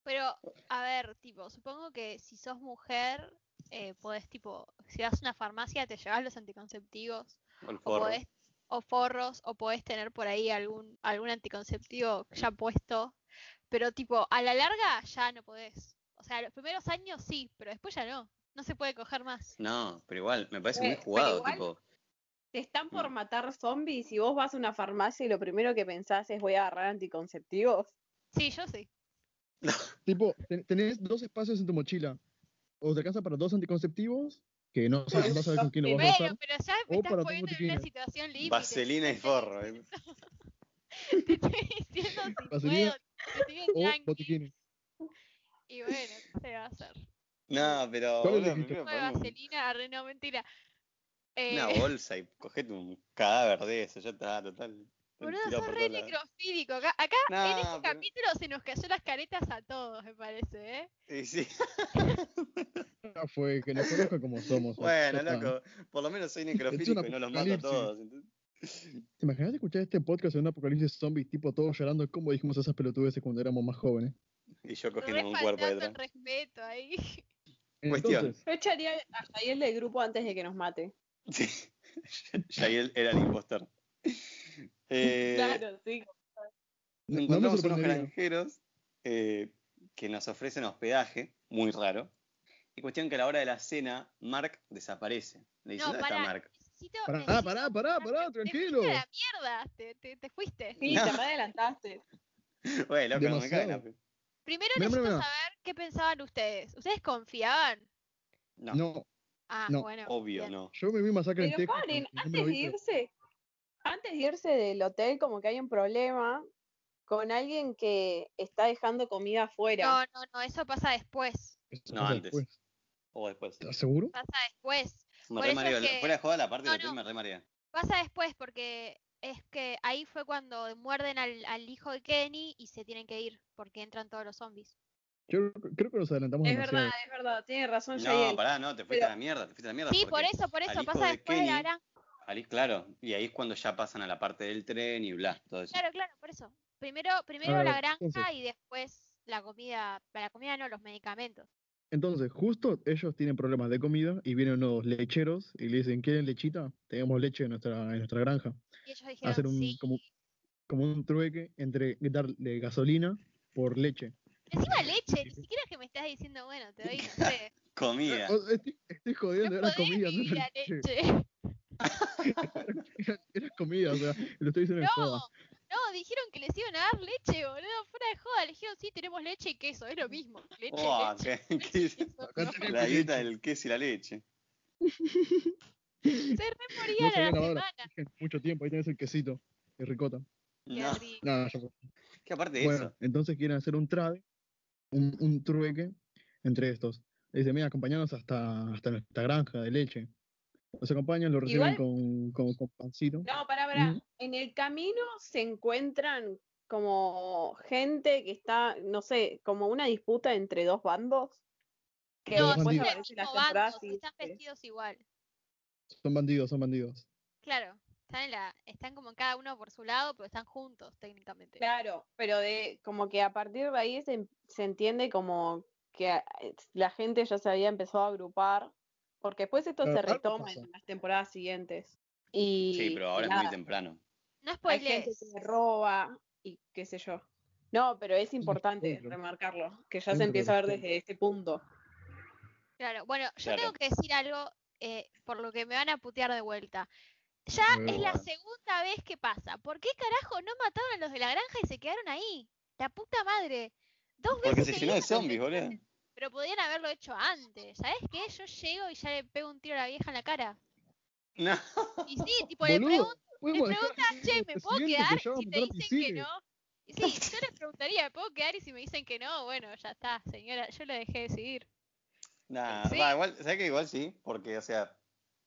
Pero, a ver, tipo, supongo que si sos mujer, eh, podés, tipo, si vas a una farmacia, te llevas los anticonceptivos,
o el
o
forro.
podés, o forros, o podés tener por ahí algún, algún anticonceptivo ya puesto. Pero, tipo, a la larga ya no podés. O sea, los primeros años sí, pero después ya no. No se puede coger más.
No, pero igual, me parece
Eh,
muy
pero
jugado,
igual-
tipo.
Te están por
Mm.
matar zombies y vos vas a una farmacia y lo primero que pensás es voy a agarrar anticonceptivos.
Sí, yo sí.
Tipo, ten- tenés dos espacios en tu mochila. O te alcanza para dos anticonceptivos, que no sabes, no sabes con quién lo vas a
Bueno,
usar.
pero ya me
O
estás
para tu
poniendo en una
botiquines.
situación límite.
Vaselina y forro. eh.
Te estoy diciendo si
Vaselina
puedo, si estoy
O
bien tranqui.
botiquines.
Y bueno, ¿qué se va a hacer?
No, pero
¿Cuál
boludo,
elegiste?
primero
Fue
poneme un-
vaselina, arre, no, mentira. Eh,
una bolsa y cogete un cadáver de eso, ya está, total.
boludo,
tirado
sos
por
re
todos lados.
necrofílico. Acá, acá en este
No, pero-
capítulo se nos cayó las caretas a todos, me parece, ¿eh?
y sí.
Ya fue que nos conozcan como somos.
Bueno,
ya está.
loco, por lo menos soy
Es un
necrofílico y no los mato a
apocalipsis.
todos. entonces-
¿Te imaginas escuchar este podcast en un apocalipsis zombie, tipo todos llorando como dijimos esas pelotudeces cuando éramos más jóvenes?
Y yo cogiendo
Re
con un cuerpo
faltando el
detrás.
respeto ahí.
Cuestión.
Entonces,
Yo echaría a Jael del grupo antes de que nos mate.
Sí. Yael era el impostor. Eh,
claro, sí.
no- no me
Encontramos unos
sorprendería.
granjeros eh, que nos ofrecen hospedaje, muy raro. Y cuestión que a la hora de la cena, Mark desaparece. Le dice,
No,
¿dónde
pará,
está Mark?
Necesito,
Pará,
necesito
pará, pará,
contarte.
pará, tranquilo.
Te fuiste a la mierda, te, te, te fuiste.
Sí,
No.
te adelantaste.
Güey, loco, no me
Demasiado.
caen a pe-
Primero
Mirá,
necesito
mirá, mirá.
saber qué pensaban ustedes. ¿Ustedes confiaban?
No,
No,
Ah,
No,
bueno.
obvio,
bien.
no.
yo me vi masacre en
Pero
Texas.
paren,
no me
antes
lo
de
vi, pero-
irse, antes de irse del hotel, como que hay un problema con alguien que está dejando comida afuera.
No, no, no, eso pasa después.
Eso
No,
pasa
antes.
después.
O después.
¿Estás seguro?
Pasa después.
Me
Por
re
eso
mareo.
es que-
Fuera de joda, la parte
No,
del hotel
no.
me re marea.
Pasa después porque es que ahí fue cuando muerden al, al hijo de Kenny y se tienen que ir porque entran todos los zombies.
Yo creo- creo que nos adelantamos
es
demasiado.
verdad, es verdad, tiene razón
No,
Yael.
pará, no, te fuiste
Pero-
a la mierda, te fuiste a la mierda.
Sí, por
Ah, porque
eso, por
al
eso,
hijo
pasa
de
después de la
Kenny-
granja.
Ahí, claro, y ahí es cuando ya pasan a la parte del tren y bla, todo eso.
Claro, claro, por eso. Primero, primero
ver,
la granja
entonces.
y después la comida, la comida no, los medicamentos.
Entonces, justo ellos tienen problemas de comida y vienen unos lecheros y le dicen, ¿quieren lechita? Tenemos leche en nuestra, en nuestra granja.
Y ellos dijeron,
Hacer un,
sí.
como, como un trueque entre darle gasolina por leche.
Encima leche, ni siquiera es que me estás diciendo, bueno, te doy, no sé,
Comida.
Oh, O- estoy, estoy jodiendo,
No
era
podés
comida. no
vivir
era
a
leche.
leche.
Era, era comida, o sea, lo estoy diciendo en
No,
joda.
no, dijeron que les iban a dar leche, boludo, fuera de joda. Le dijeron, sí, tenemos leche y queso, es lo mismo. Leche,
Oh,
leche,
qué-
leche,
qué-
queso.
Acá tenés
la
leche.
dieta del queso y la leche.
Se
No
remorían a
sabían
la
ahora,
semana.
dije, mucho tiempo, ahí tenés el quesito y ricota.
Qué
No,
rico.
Nada, ya fue.
que aparte de
Bueno,
eso,
entonces quieren hacer un trade, un, un trueque entre estos. Le dicen, mira, acompañanos hasta, hasta nuestra granja de leche. Los acompañan, los reciben
Igual-
con, con, con pancito.
No, pará, pará.
Mm.
En el camino se encuentran como gente que está, no sé, como una disputa entre dos bandos. Que
Dos
No,
después
son
bandidos.
del
aparece la
mismo
temporada
bando, sí, están
siguiente.
vestidos igual.
Son bandidos, son bandidos.
Claro, están, en la, están como cada uno por su lado, pero están juntos técnicamente.
Claro, pero de como que a partir de ahí se, se entiende como que a- la gente ya se había empezado a agrupar, porque después esto
Claro,
se
algo
retoma
pasa.
en las temporadas siguientes. Y
sí, pero
y
ahora es
nada,
muy temprano.
No
hay gente
spoilees.
que roba y qué sé yo. No, pero es importante
dentro.
remarcarlo, que ya se
Dentro
empieza a
del
ver
juego.
desde este punto.
Claro, bueno, yo
Claro.
tengo que decir algo eh, por lo que me van a putear de vuelta. Ya
ver.
es la
Bueno.
segunda vez que pasa. ¿Por qué carajo no mataron a los de la granja y se quedaron ahí? La puta madre. Dos
Porque
veces
se llenó
seguidas
de
los
zombies,
dejaron,
boludo.
Pero podían haberlo hecho antes. ¿Sabes qué? Yo llego y ya le pego un tiro a la vieja en la cara.
No,
Y sí, tipo,
Pues,
le pregunto,
Boludo, podemos
le
dejar
preguntas, che, ¿me
hasta
puedo
siguiente, que
quedar?
ya vamos a
Si te
entrar a
dicen que
piscina.
no. Y sí, yo les preguntaría, ¿me puedo quedar? Y si me dicen que no, bueno, ya está, señora, yo la dejé decidir.
nah,
Sí.
va, igual, ¿sabes que igual sí? Porque, o sea,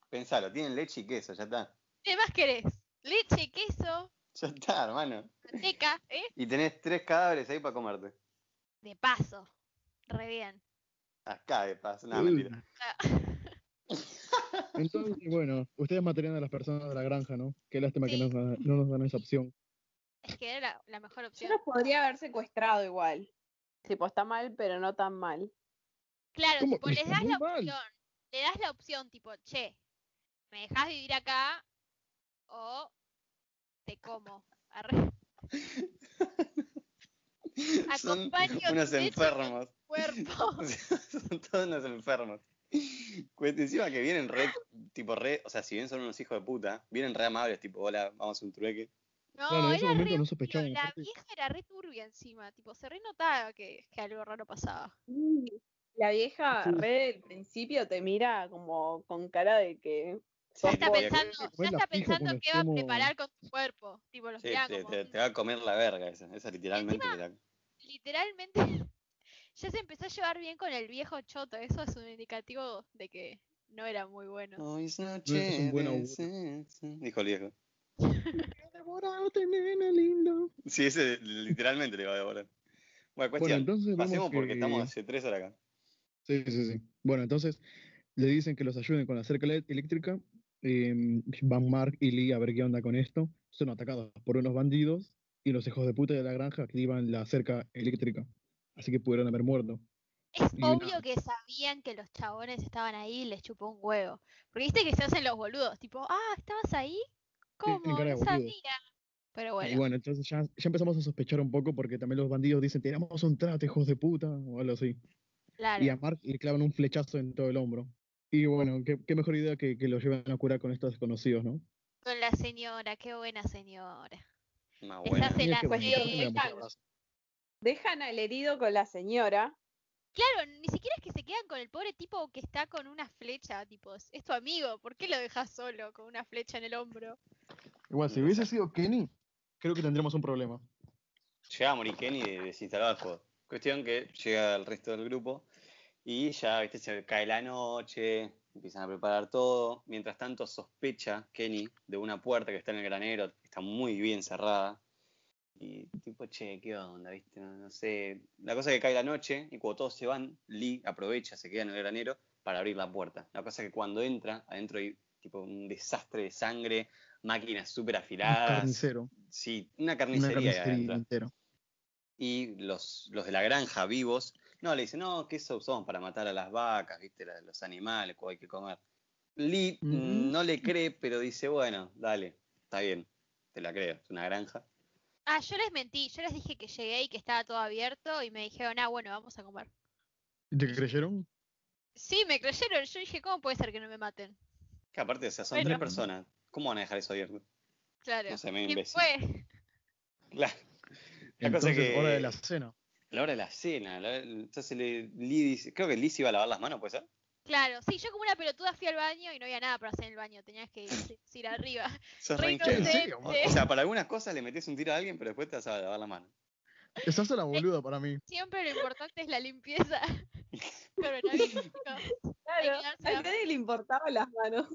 pensalo, tienen leche y queso, ya está.
¿Qué más querés? Leche, queso,
Ya está, hermano.
manteca, ¿eh?
Y tenés tres cadáveres ahí para comerte.
De paso. Re bien.
Acá de paso, nada,
Uh.
Uy.
mentira.
Ah.
Entonces, bueno, ustedes matarían a las personas de la granja, ¿no? Qué lástima que
Sí.
nos da- no nos dan esa opción.
Es que era la, la mejor
Yo
opción.
los podría haber secuestrado igual. Tipo, está mal, pero no tan mal.
Claro,
¿Cómo?
tipo,
Pero
les
está
das
muy
la
mal.
opción. Le das la opción, tipo, che, ¿me dejas vivir acá? O te como. Arre.
Son
Acompaño tu
unos
leche con
enfermos.
tu cuerpo.
son todos unos enfermos. Pues encima que vienen re, tipo re, o sea, si bien son unos hijos de puta, vienen re amables, tipo, hola, vamos a un trueque.
No,
Claro, en ese
era
momento
re
no
turbio,
sospechamos.
La
aparte,
vieja era re turbia encima, tipo, se re notaba que, que algo raro pasaba.
Mm,
La vieja
Sí.
re del principio te mira como con cara de que.
Sí,
Ya
sos
está
porque-
vos.
pensando,
Fue
ya
la
está
fijo
pensando
con
qué va a
extremo-
preparar con tu cuerpo. Tipo, los
Sí,
miraba
te,
como,
te- te va a comer la verga esa, esa literalmente te la-
literalmente ya se empezó a llevar bien con el viejo choto. Eso es un indicativo de que no era muy bueno.
Hoy es
No,
noche
eso es un buen
de
augurio.
sexo, dijo el viejo.
"Enamorate, nena lindo".
Sí, ese literalmente le va a devorar. Bueno,
Bueno,
cuestión,
entonces vemos
pasemos porque
que-
estamos hace tres horas acá.
Sí, sí, sí. Bueno, entonces le dicen que los ayuden con la cerca elé- eléctrica. eh, van Mark y Lee a ver qué onda con esto. Son atacados por unos bandidos y los hijos de puta de la granja activan la cerca eléctrica. Así que pudieron haber muerto.
Es
Y una-
obvio que sabían que los chabones estaban ahí y les chupó un huevo. Porque viste que se hacen los boludos, tipo, ah, ¿estabas ahí?
tienen
¿Cómo?
cara de Ah,
No
boludos.
sabía. Pero
Y
bueno,
bueno, entonces ya, ya empezamos a sospechar un poco porque también los bandidos dicen, tenemos un trato, hijos de puta, o algo así.
claro.
Y a Mark le clavan un flechazo en todo el hombro. Y bueno, qué, qué mejor idea que, que lo lleven a curar con estos desconocidos, ¿no?
Con la señora, qué buena señora.
Más
Esa
buena.
se- la
bueno,
hacía-
entonces me la mostrarás.
Dejan al herido con la señora.
Claro, ni siquiera es que se quedan con el pobre tipo que está con una flecha, tipo, es es tu amigo, ¿por qué lo dejas solo con una flecha en el hombro?
Igual, si hubiese sido Kenny, creo que tendríamos un problema.
Llegaba Morikeni y desinstalaba el juego. Cuestión que llega el resto del grupo y ya, viste, se cae la noche, empiezan a preparar todo. Mientras tanto, sospecha Kenny de una puerta que está en el granero, que está muy bien cerrada. Y tipo, che, ¿qué onda? ¿Viste? No, no sé. La cosa es que cae la noche y cuando todos se van, Lee aprovecha, se queda en el granero para abrir la puerta. La cosa es que cuando entra, adentro hay tipo un desastre de sangre, máquinas súper
Un
afiladas.
carnicero.
Sí, una
Una
carnicería, ahí
carnicería
adentro
entera.
y los, los de la granja vivos, no, le dicen, no, que eso usamos para matar a las vacas, viste, La- los animales, que hay que comer. Lee
Ujú.
mm, no le cree, pero dice, bueno, dale, está bien, te la creo, es una granja.
Ah, yo les mentí, yo les dije que llegué y que estaba todo abierto y me dijeron, ah, bueno, vamos a comer.
¿Te creyeron?
Sí, me creyeron, yo dije, ¿cómo puede ser que no me maten?
Que aparte, o sea, son
Bueno.
tres personas. ¿Cómo van a dejar eso abierto?
Claro.
No sé, medio
¿Quién
imbécil.
fue?
La, La cosa
Entonces,
que-
hora de la cena.
a la hora de la cena. a la- entonces, le, Lee dice- creo que Liz iba a lavar las manos, ¿puede ser?
Claro, sí, yo como una pelotuda fui al baño y no había nada para hacer en el baño, tenías que ir, ir arriba.
Sos
Re
re
Sí,
ingenua.
sí,
inocente.
amor.
O sea, para algunas cosas le metes un tiro a alguien, pero después te vas a lavar las manos.
Esa es la boluda para mí.
Siempre lo importante es la limpieza. Coronavirus.
Claro,
quedarse
a
abajo.
nadie le importaban las manos.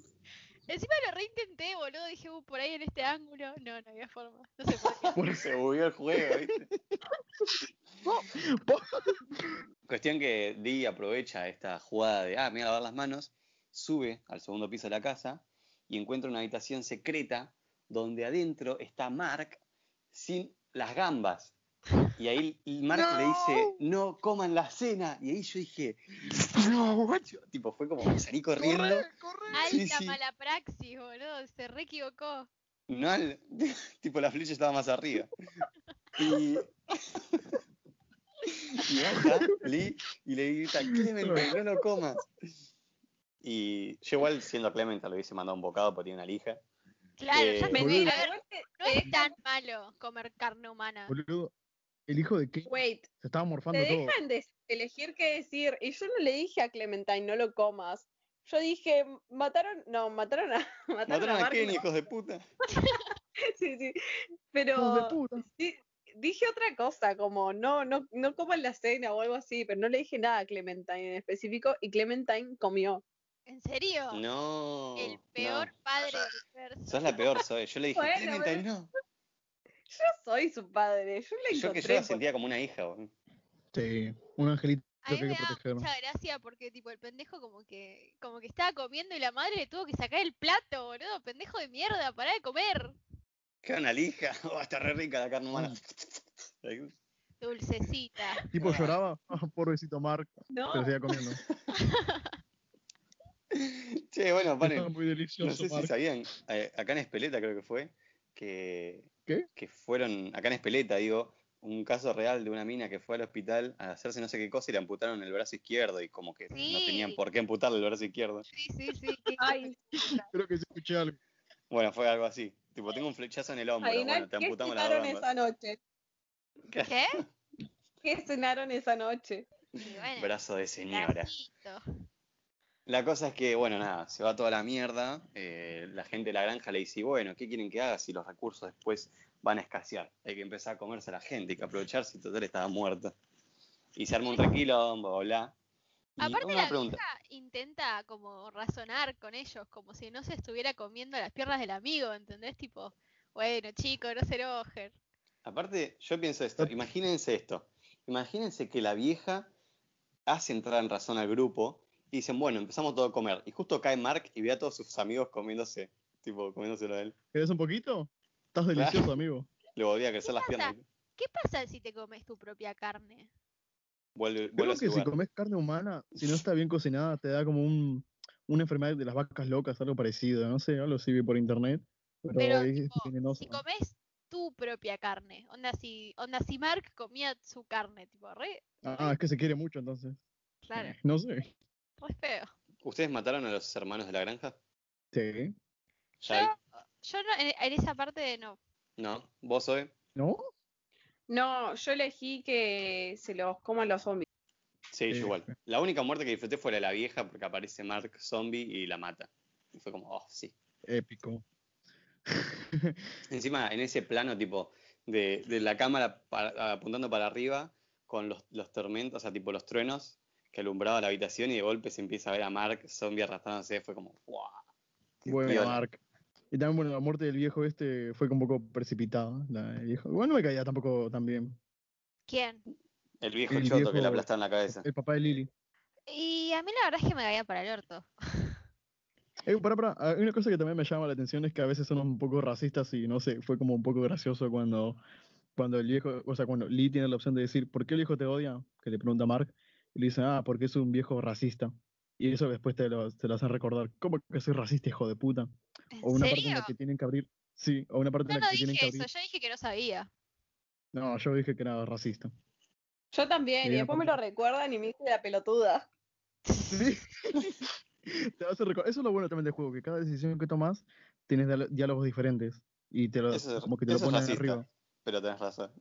Encima lo reintenté, boludo. Dije, "Uh, por ahí en este ángulo. No, no había forma. No se podía.
Se volvió el juego, ¿viste? Cuestión que Dee aprovecha esta jugada de, ah, me voy a lavar las manos, sube al segundo piso de la casa y encuentra una habitación secreta donde adentro está Mark sin las gambas. Y ahí y Mark le dice, no coman la cena. Y ahí yo dije, no, guacho. Tipo, fue como, que salí corriendo.
Alta
Sí, sí.
mala praxis, boludo. Se re equivocó.
No, al- tipo la flecha estaba más arriba. Y, y baja Lee y le grita, Clemente, no lo comas. Y yo igual siendo Clement lo hubiese mandado un bocado porque tiene una lija.
Claro,
Eh,
ya
boludo.
sé.
Mentira,
A ver,
igual que-
no es tan malo comer carne humana.
Boludo, el hijo de Kate
Wait,
se estaba
te
morfando todo.
dejan de elegir qué decir. Y yo no le dije a Clementine, no lo comas. Yo dije, mataron, no, mataron a, mataron
Mataron a
Mark y
Kenny,
lo-
hijos de puta.
sí, sí.
Hijos de
Pero
puta.
sí, dije otra cosa, como no, no, no coman la cena o algo así, pero no le dije nada a Clementine en específico y Clementine comió.
¿En serio?
No.
El
no.
peor padre del universo.
Sos la peor, soy. Yo le dije,
Bueno,
Clementine, no.
Yo soy su padre, yo le
Yo que
encontré.
yo la
por-
sentía como una hija. boludo.
Sí, un angelito
A
que
mí
hay
me
que
da
proteger.
mucha gracia porque tipo el pendejo como que como que estaba comiendo y la madre le tuvo que sacar el plato, boludo, pendejo de mierda, pará de comer.
Qué una lija. Oh, está re rica la carne humana.
Dulcecita.
Tipo lloraba, ah, pobrecito Mark,
No,
pero seguía comiendo.
Che, bueno, paren.
Estaba muy
No
delicioso,
sé si
Mark.
sabían, eh, acá en Espeleta creo que fue, que,
¿Qué?
que fueron, acá en Espeleta digo, un caso real de una mina que fue al hospital a hacerse no sé qué cosa y le amputaron el brazo izquierdo y como que no
Sí.
tenían por qué amputarle el brazo izquierdo.
Sí, sí, sí. qué
Ay,
hijo de puta.
Creo que sí escuché algo.
Bueno, fue algo así. Tipo, tengo un flechazo en el hombro,
Adivina
bueno, te
¿qué
amputamos la
cenaron esa
gamba.
noche?
¿Qué?
¿Qué cenaron esa noche?
Y bueno,
Brazo de señora.
bracito.
La cosa es que, bueno, nada, se va toda la mierda. eh, la gente de la granja le dice, bueno, ¿qué quieren que haga si los recursos después van a escasear? Hay que empezar a comerse a la gente, hay que aprovechar si total estaba muerta. Y se arma un requilombo, bla. Y
Aparte
una
la
pregunta,
vieja intenta como razonar con ellos, como si no se estuviera comiendo las piernas del amigo, ¿entendés? Tipo, bueno, chico, no se enojen.
aparte, yo pienso esto, imagínense esto. Imagínense que la vieja hace entrar en razón al grupo y dicen, bueno, empezamos todo a comer. Y justo cae Mark y ve a todos sus amigos comiéndose, tipo, comiéndoselo a él.
¿Querés un poquito? Estás delicioso, amigo.
Le volvía a crecer las
pasa?
piernas.
¿Qué pasa si te comes tu propia carne?
Vuelve, vuelve
Creo
a su
que si
lugar.
comes carne humana, si no está bien cocinada, te da como un, una enfermedad de las vacas locas, algo parecido, no sé, algo así vi por internet. Pero,
Pero,
es
tipo,
venenoso.
Si comes tu propia carne, onda si, onda si Mark comía su carne, tipo, re,
Ah, es que se quiere mucho entonces.
claro,
No sé.
re feo.
¿Ustedes mataron a los hermanos de la granja?
Sí.
Ya ahí.
Yo, yo no, en, en esa parte no.
No, vos hoy.
¿No?
No, yo elegí que se los coman los zombies.
Sí, yo
Eh.
igual. La única muerte que disfruté fue la de la vieja porque aparece Mark Zombie y la mata. Y fue como, oh, sí.
Épico.
Encima, en ese plano tipo de, de la cámara para- apuntando para arriba con los, los tormentos, o sea, tipo los truenos que alumbraba la habitación y de golpe se empieza a ver a Mark Zombie arrastrándose. Fue como, wow.
Bueno,
piola.
Mark. Y también, bueno, la muerte del viejo este fue un poco precipitada. La del viejo. Igual no me caía tampoco tan bien.
¿Quién?
El viejo
El
choto que le
viejo-
aplastaron la cabeza.
El papá de Lily.
Y a mí la verdad es que me caía para el orto.
Eh, pará, pará, Hay una cosa que también me llama la atención es que a veces son un poco racistas y no sé, fue como un poco gracioso cuando, cuando el viejo, o sea, cuando Lee tiene la opción de decir, ¿por qué el viejo te odia? Que le pregunta a Mark, y le dice, ah, porque es un viejo racista. Y eso después te lo, te lo hacen recordar, ¿cómo que soy racista, hijo de puta?
¿En
O una parte en
serio?
la que tienen que abrir, sí, o una parte
Yo
en la
no
que tienen que
dije eso,
abrir.
yo dije que no sabía.
No, yo dije que era racista.
Yo también,
Sí,
y
no
después me lo recuerdan y me hice la pelotuda.
Sí. Te hace recor- Eso es lo bueno también del juego, que cada decisión que tomas tienes dialo- diálogos diferentes y te lo,
Eso es-
como que te lo
eso es
ponen
racista.
arriba.
Pero tenés razón.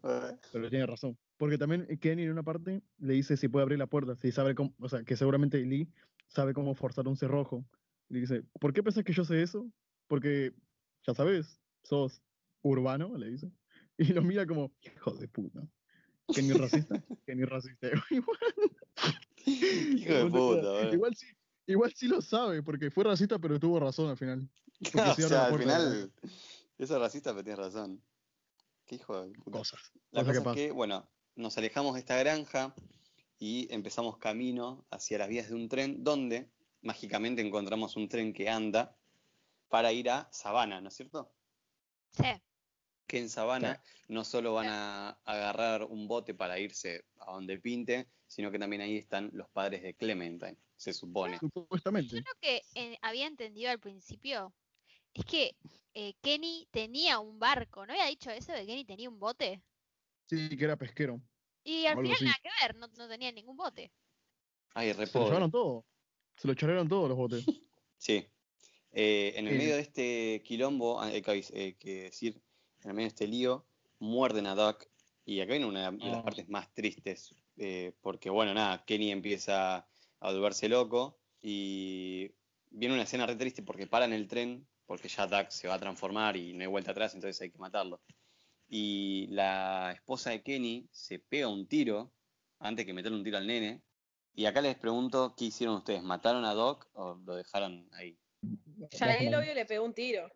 Pero tiene razón. Porque también Kenny en una parte le dice si puede abrir la puerta, si sabe cómo, o sea, que seguramente Lee sabe cómo forzar un cerrojo. Y le dice, ¿por qué pensás que yo sé eso? Porque, ya sabes, sos urbano, le dice. Y lo mira como, hijo de puta. Kenny racista, Kenny racista. Igual,
Hijo de
no
puta,
te creas.
boludo.
igual sí, igual sí lo sabe, porque fue racista, pero tuvo razón al final. porque
o
si
sea,
abre la
al
puerta,
final, eso es racista, pero tienes razón. Qué hijo de puta.
Cosas.
La cosa
Cosa que
es
pasa.
que, bueno, nos alejamos de esta granja y empezamos camino hacia las vías de un tren, donde mágicamente encontramos un tren que anda para ir a Sabana, ¿no es cierto?
Sí,
Que en Sabana no solo van a agarrar un bote para irse a donde pinte, sino que también ahí están los padres de Clementine, se supone.
Supuestamente.
lo que eh, había entendido al principio es que eh, Kenny tenía un barco. ¿No había dicho eso de que Kenny tenía un bote?
Sí, que era pesquero.
Y al
O algo
final
así.
nada que ver, no, no tenía ningún bote.
Ay, re
Se lo
pobre.
llevaron todo. Se lo charlaron todos los botes.
Sí. Eh, en el
Eh,
medio de este quilombo, ah, hay que, avis- eh, que decir, en el medio de este lío, muerden a Doc. Y acá viene una de las
Ah.
partes más tristes, eh, porque bueno, nada, Kenny empieza a volverse loco y viene una escena re triste porque paran el tren, porque ya Doc se va a transformar y no hay vuelta atrás, entonces hay que matarlo. Y la esposa de Kenny se pega un tiro antes que meterle un tiro al nene. Y acá les pregunto, ¿qué hicieron ustedes? ¿Mataron a Doc o lo dejaron ahí?
Yael, obvio, le pegó un tiro.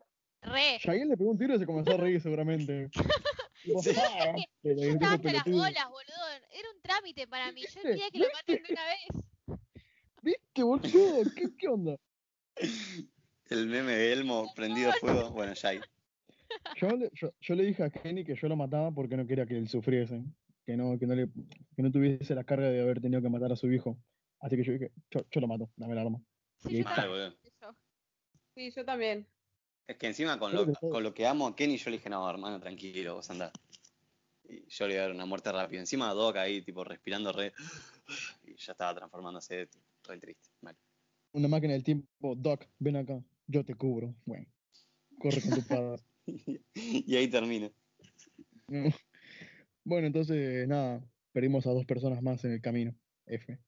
Re.
Yael le pegó un tiro y se comenzó a reír seguramente. Tipo,
Sí.
"Ah, te
Yo
reí,
estaba
tipo
hasta las
pelotudo".
bolas, boludo. Era un trámite para mí. Yo
¿Viste?
quería que lo maten de una vez.
¿Viste, boludo? ¿Qué, qué onda?
El meme de Elmo prendido a fuego. Bueno, ya ahí.
Yo le, yo, yo le dije a Kenny que yo lo mataba porque no quería que él sufriese. Que no, que no, le, que no tuviese la carga de haber tenido que matar a su hijo. Así que yo dije, yo, yo lo mato, dame el arma.
Sí,
Y
yo
ahí
Mal,
también.
boludo.
eso.
Sí, yo también.
Es que encima con
Creo
lo,
que todo.
con lo que amo a Kenny, yo le dije, no, hermano, tranquilo, vos andá. Y yo le iba a dar una muerte rápida. Encima Doc ahí, tipo, respirando re. Y ya estaba transformándose tipo, re triste. Mal.
Una máquina del tiempo, Doc, ven acá, yo te cubro. Bueno, corre con tu padre.
Y ahí termina.
No. Bueno, entonces, nada, perdimos a dos personas más en el camino. F.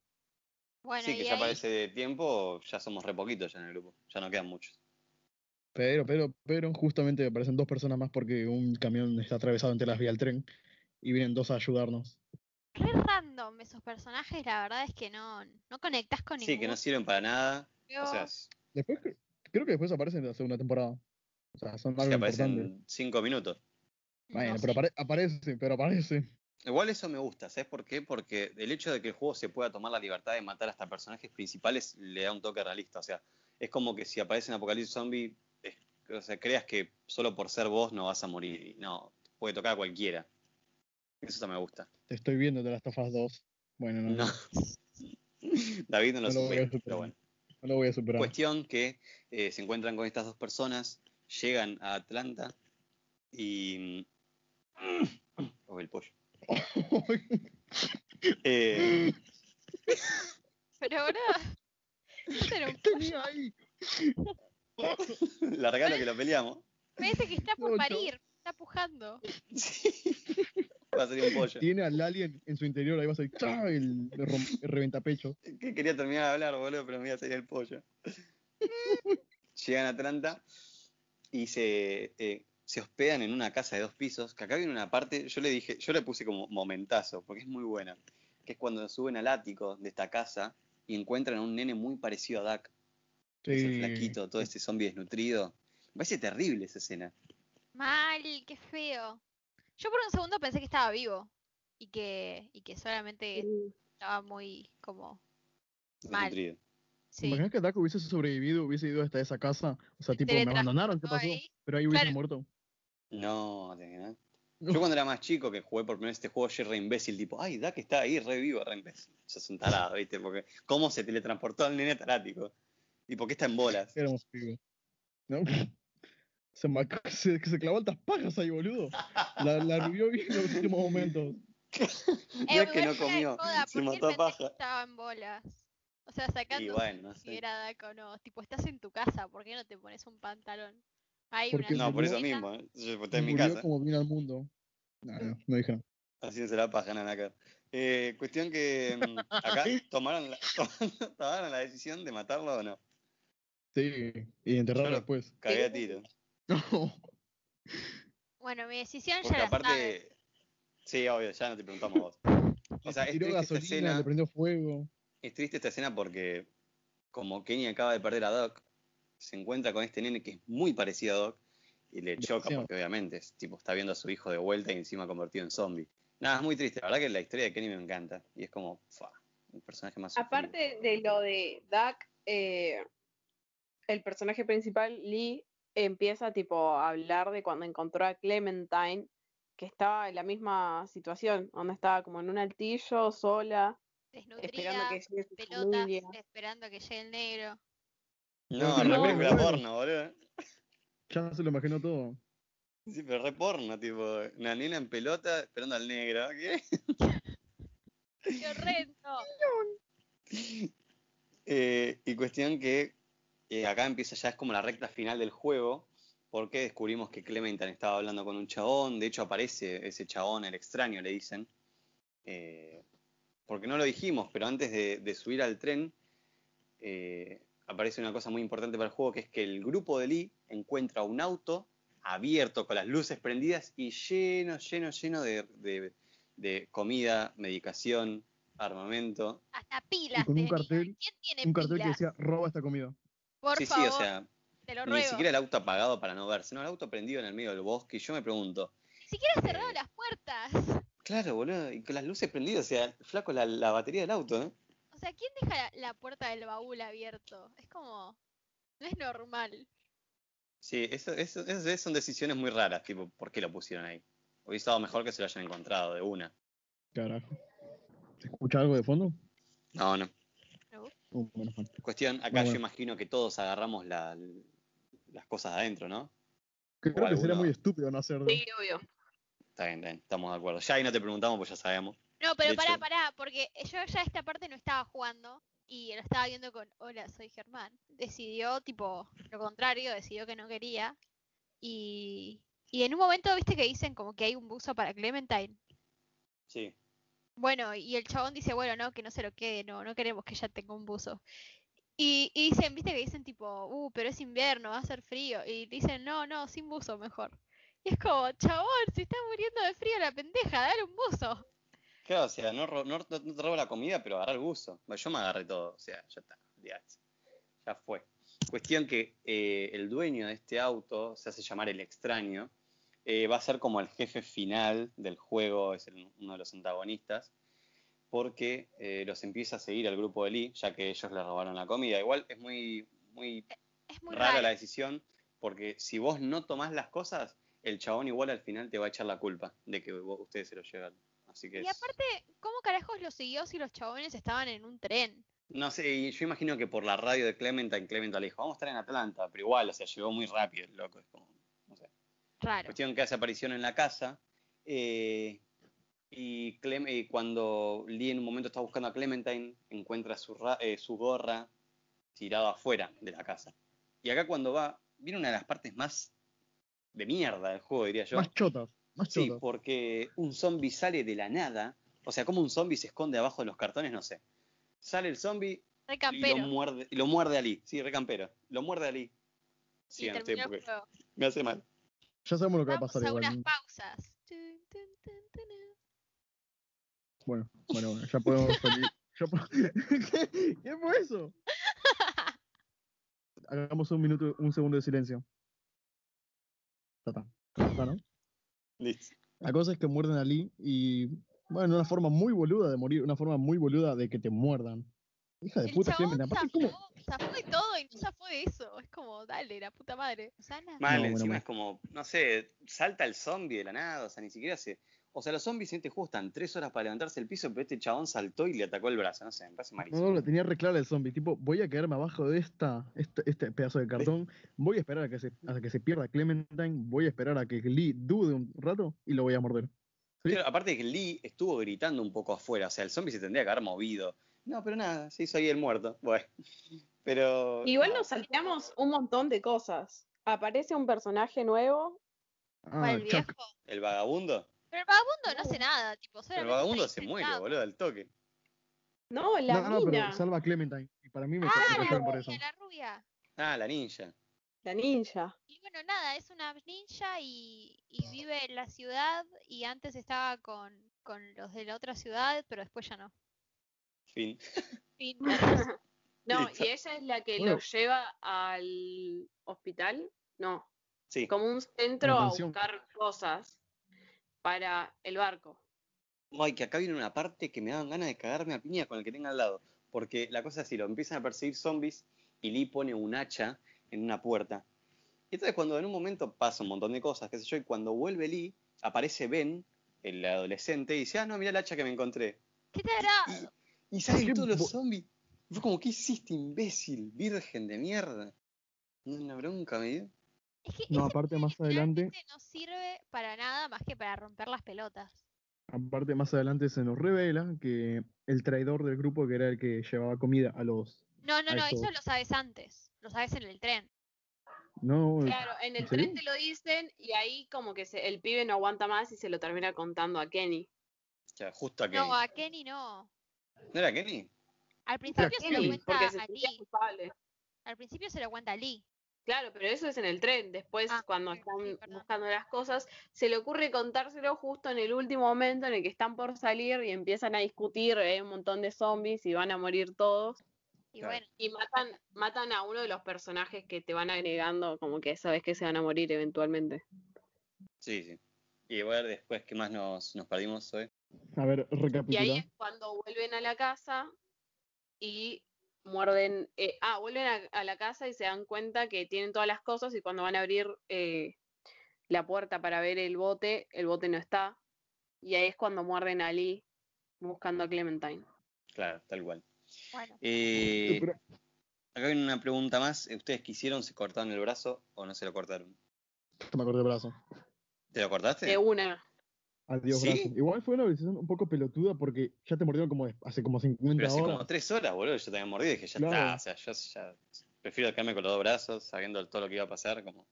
Bueno,
sí, que
y
ya
ahí-
parece de tiempo, ya somos re poquitos ya en el grupo. Ya no quedan muchos.
Pero, pero, pero, justamente aparecen dos personas más porque un camión está atravesado entre las vías del tren y vienen dos a ayudarnos.
re random esos personajes, la verdad es que no, no conectás con
Sí, que no
ninguno.
sirven para nada. O sea,
Yo-
Después, cre- creo que después aparecen en la segunda temporada. O sea, son
si
algo importante.
aparecen cinco minutos.
Bueno,
no
pero
sé.
apare- aparecen, pero aparecen.
Igual eso me gusta, ¿sabes por qué? Porque el hecho de que el juego se pueda tomar la libertad de matar hasta personajes principales le da un toque realista. O sea, es como que si aparece en Apocalipsis Zombie, es- o sea, creas que solo por ser vos no vas a morir. Y No, puede tocar a cualquiera. Eso también me gusta.
Te estoy viendo de las tofas 2. Bueno, no,
No. David no lo,
Mm. No lo voy
supera,
a superar.
pero bueno.
no lo voy a superar.
Cuestión que eh, se encuentran con estas dos personas, llegan a Atlanta y... Oh, el pollo. Eh,
Pero boludo, ese era un
Tenía ahí.
largalo que lo peleamos.
parece que está por
No, yo-
parir, está pujando.
Sí. Va a salir un pollo.
Tiene al alien en su interior, ahí va a salir ¡cha! el, rom- el reventapecho.
Que quería terminar de hablar, boludo, pero me iba a salir el pollo. Llegan a Atlanta y se, eh, se hospedan en una casa de dos pisos, que acá viene una parte, yo le dije, yo le puse como momentazo, porque es muy buena, que es cuando suben al ático de esta casa y encuentran a un nene muy parecido a Dak, que es el
Sí.
flaquito, todo este zombie desnutrido. Me parece terrible esa escena.
Mal, qué feo. Yo por un segundo pensé que estaba vivo y que, y que solamente estaba muy como... Mal.
Desnutrido.
Sí.
Imaginás que Dak hubiese sobrevivido, hubiese ido hasta esa casa. O sea, tipo, me
Teletra-
abandonaron, ¿qué pasó?
ahí. Eh,
Pero ahí hubiese
Claro.
muerto.
No, de verdad. Yo cuando era más chico que jugué por primera vez este juego, yo era re imbécil, tipo, ay, da que está ahí, re vivo, re imbécil. Yo soy un tarado, ¿viste? Porque, ¿cómo se teletransportó al nene tarático? ¿Y por qué está en bolas?
Éramos pibes. ¿No? Se, ma- se, se clavó altas pajas ahí, boludo. La, la vivió bien en los últimos momentos.
No es que
igual
no
fuera de
comió,
Eh, joda,
se
¿por qué
mató a
pensé que
paja.
Estaba en bolas. O sea, sacando
Y bueno, no sé.
era no, tipo, estás en tu casa, ¿por qué no te pones un pantalón? Hay
Porque
una
No, por eso
cortina.
mismo. ¿eh? Yo estoy en mi
Murió
casa.
como vino al mundo. No, no, no dije nada.
Haciéndose la paja, nada que ver. Eh, cuestión que mm, acá tomaron la, tomaron la decisión de matarlo o no.
Sí, y enterrarlo
Claro.
después.
Cagué a tiro.
No.
Bueno, mi decisión ya
Porque
la sabes.
aparte. Sí, obvio, ya no te preguntamos vos. O sea, es
Ah, tiró
triste esta
gasolina,
escena.
le prendió fuego.
Es triste esta escena porque, como Kenny acaba de perder a Doc, se encuentra con este nene que es muy parecido a Doc y le choca
Demasiado.
porque, obviamente, es, tipo, está viendo a su hijo de vuelta y encima convertido en zombie. Nada, es muy triste. La verdad que la historia de Kenny me encanta y es como, fa, el personaje más. sufrido.
Aparte de lo de Duck, eh, el personaje principal, Lee, empieza tipo a hablar de cuando encontró a Clementine, que estaba en la misma situación, donde estaba como en un altillo, sola, esperando
Desnutrida,
que llegue su
pelotas,
familia.
esperando que llegue el negro.
No,
No,
re película
boludo.
porno, boludo.
Ya se lo imaginó todo.
Sí, pero re porno, tipo, una nena en pelota esperando al negro. ¿Qué?
¡Qué horrendo!
Eh, y cuestión que eh, acá empieza ya, es como la recta final del juego, porque descubrimos que Clementine estaba hablando con un chabón, de hecho aparece ese chabón, el extraño, le dicen. Eh, porque no lo dijimos, pero antes de, de subir al tren, eh, aparece una cosa muy importante para el juego, que es que el grupo de Lee encuentra un auto abierto, con las luces prendidas y lleno, lleno, lleno de, de- de comida, medicación, armamento.
Hasta pilas
Y con un
tenía.
cartel-
¿Quién tiene
Un cartel que
pilas?
decía, roba esta comida.
Por
sí,
favor,
sí, o sea,
te lo
Ni
ruego.
siquiera el auto apagado para no verse, no, el auto prendido en el medio del bosque. Y yo me pregunto,
Ni siquiera has cerrado
Eh.
las puertas.
claro, boludo, y con las luces prendidas, o sea, flaco la, la batería del auto, ¿eh?
O sea, ¿quién deja la, la puerta del baúl abierto? Es como. No es normal.
Sí, eso, eso, esas veces son decisiones muy raras, tipo, ¿por qué lo pusieron ahí? Hubiese estado mejor que se lo hayan encontrado de una.
Carajo. ¿Se escucha algo de fondo?
No, no.
Oh, menos mal.
Cuestión, acá
Bueno,
yo
bueno.
imagino que todos agarramos la- las cosas de adentro, ¿no?
Creo que
alguno.
sería muy estúpido no hacerlo.
Sí, obvio.
Está bien, está bien, estamos de acuerdo. Ya ahí no te preguntamos, pues ya sabemos.
No, pero
De
pará,
hecho-
pará, porque yo ya esta parte no estaba jugando y lo estaba viendo con Hola, soy Germán. Decidió, tipo, lo contrario, decidió que no quería. Y, y en un momento, viste que dicen como que hay un buzo para Clementine.
Sí.
Bueno, y el chabón dice, bueno, no, que no se lo quede, no, no queremos que ella tenga un buzo. Y, y dicen, viste que dicen tipo, uh, pero es invierno, va a hacer frío. Y dicen, no, no, sin buzo mejor. Y es como, chabón, si está muriendo de frío la pendeja, dale un buzo.
Claro, o sea, no, ro- no, no te robo la comida, pero agarrar el buzo. Bueno, yo me agarré todo, o sea, ya está, olvidate. ya fue. Cuestión que eh, el dueño de este auto, se hace llamar el extraño, eh, va a ser como el jefe final del juego, es el- uno de los antagonistas, porque eh, los empieza a seguir al grupo de Lee, ya que ellos le robaron la comida. Igual es muy, muy
Es muy
rara
raro.
la decisión, porque si vos no tomás las cosas, el chabón igual al final te va a echar la culpa de que vos- ustedes se lo llevaron. Así que
Y
es-
aparte, ¿cómo carajos lo siguió si los chabones estaban en un tren?
No sé, y yo imagino que por la radio de Clementine, Clementine le dijo, vamos a estar en Atlanta, pero igual, o sea, llegó muy rápido el loco. Es como, no sé.
Raro.
Cuestión que hace aparición en la casa. eh, y, Clem- y cuando Lee en un momento está buscando a Clementine, encuentra su, ra- eh, su gorra tirada afuera de la casa. Y acá cuando va, viene una de las partes más de mierda del juego, diría yo.
Más chotas, más
Sí, pues.
chotas.
porque un zombie sale de la nada. O sea, como un zombie se esconde abajo de los cartones, no sé. Sale el zombie,
Re
y
campero.
lo muerde, y lo muerde Ali, sí, recampero. Lo muerde Ali.
Y
Sí, no sé,
terminó el
porque
juego.
me hace mal.
Ya sabemos lo que va a
Vamos
pasar
a
igual.
unas pausas. Tun, tun, tun, tun, tun.
Bueno, bueno, bueno, ya podemos salir. ya po- ¿Qué? ¿Qué fue eso? Hagamos un minuto, un segundo de silencio. Ya está. Ya está, ¿no?
Listo.
La cosa es que muerden a Lee y, bueno, una forma muy boluda de morir, una forma muy boluda de que te muerdan. Hija de
El
puta,
chabón
Clemente, aparte, ¿cómo?
zafó, zafó de todo y no zafó de eso. Es como, dale, la puta madre. Susana.
Mal,
No, bueno,
encima
mal.
es como, no sé, salta el zombie de la nada, o sea, ni siquiera se. O sea, los zombies en este juego están tres horas para levantarse el piso, pero este chabón saltó y le atacó el brazo, no sé, me parece malísimo.
No, no, lo tenía re claro el zombie. Tipo, voy a quedarme abajo de esta, este, este pedazo de cartón. Voy a esperar a que, se, a que se pierda Clementine. Voy a esperar a que Lee dude un rato y lo voy a morder.
Pero aparte que Lee estuvo gritando un poco afuera, o sea, el zombie se tendría que haber movido. No, pero nada, sí, soy el muerto. Bueno, pero.
Igual nos salteamos un montón de cosas. Aparece un personaje nuevo.
¿Cuál
Ah,
viejo?
Chuck.
¿El vagabundo?
Pero el vagabundo no hace nada,
Pero
tipo,
el
solamente
vagabundo
está
se
ahí
muere,
sentado.
boludo, al toque.
No, la
no, no,
mina.
pero salva a Clementine. Y para mí me
Ah,
ah,
la
por eso.
rubia, la rubia.
Ah, la ninja.
La ninja.
Y bueno, nada, es una ninja y, y vive en la ciudad y antes estaba con, con los de la otra ciudad, pero después ya no.
Fin.
Fin.
No,
Listo.
y ella es la que
Bueno.
lo lleva al hospital. No,
Sí.
como un centro
Una
a
mansión.
buscar cosas para el barco.
Ay, que acá viene una parte que me daban ganas de cagarme a piña con el que tenga al lado. Porque la cosa es así, lo empiezan a perseguir zombies y Lee pone un hacha en una puerta. Y entonces cuando en un momento pasa un montón de cosas, qué sé yo, y cuando vuelve Lee, aparece Ben, el adolescente, y dice, ah, no, mirá el hacha que me encontré.
¿Qué te hará?
Y, y salen
Qué
todos
bo-
los zombies. Fue como, ¿qué hiciste, imbécil? Virgen de mierda. Una bronca me dio.
Es que
No,
ese
aparte, más
plan
adelante-
realmente no sirve para nada más que para romper las pelotas.
Aparte, más adelante se nos revela que el traidor del grupo, que era el que llevaba comida a los.
No, no,
A
no,
eso
eso
voy.
lo sabes antes. Lo sabes en el tren.
No,
Claro, en el
¿En serio?
tren te lo dicen y ahí como que se- el pibe no aguanta más y se lo termina contando a Kenny.
O sea, justo a Kenny.
No,
¿No,
a Kenny no.
era Kenny?
Al principio se lo
Kenny,
cuenta
porque se
a
sentía
Lee.
culpable.
Al principio se lo cuenta a Lee.
Claro, pero eso es en el tren. Después,
Ah,
cuando
ok, sí,
están
perdón.
buscando las cosas, se le ocurre contárselo justo en el último momento en el que están por salir y empiezan a discutir, hay un montón de zombies y van a morir todos.
Y
Claro.
bueno,
Y matan, matan a uno de los personajes que te van agregando, como que sabes que se van a morir eventualmente.
Sí, sí. Y voy a ver después qué más nos, nos perdimos hoy.
A ver,
Y ahí
recapitula.
es cuando vuelven a la casa y muerden. eh, ah, vuelven a, a la casa y se dan cuenta que tienen todas las cosas y cuando van a abrir eh, la puerta para ver el bote, el bote no está. Y ahí es cuando muerden a Lee buscando a Clementine.
Claro, tal cual.
bueno.
Eh,
Pero-
acá viene una pregunta más. ¿Ustedes quisieron, se cortaron el brazo o no se lo cortaron?
Me acordé el brazo.
¿Te lo cortaste?
De una.
Adiós,
¿Sí?
brazo. Igual fue una decisión un poco pelotuda porque ya te mordieron como de- hace como 50
Pero hace
horas.
como tres horas, boludo. Yo te había mordido y dije, ya
Claro.
está. O sea, yo ya prefiero quedarme con los dos brazos, sabiendo todo lo que iba a pasar, como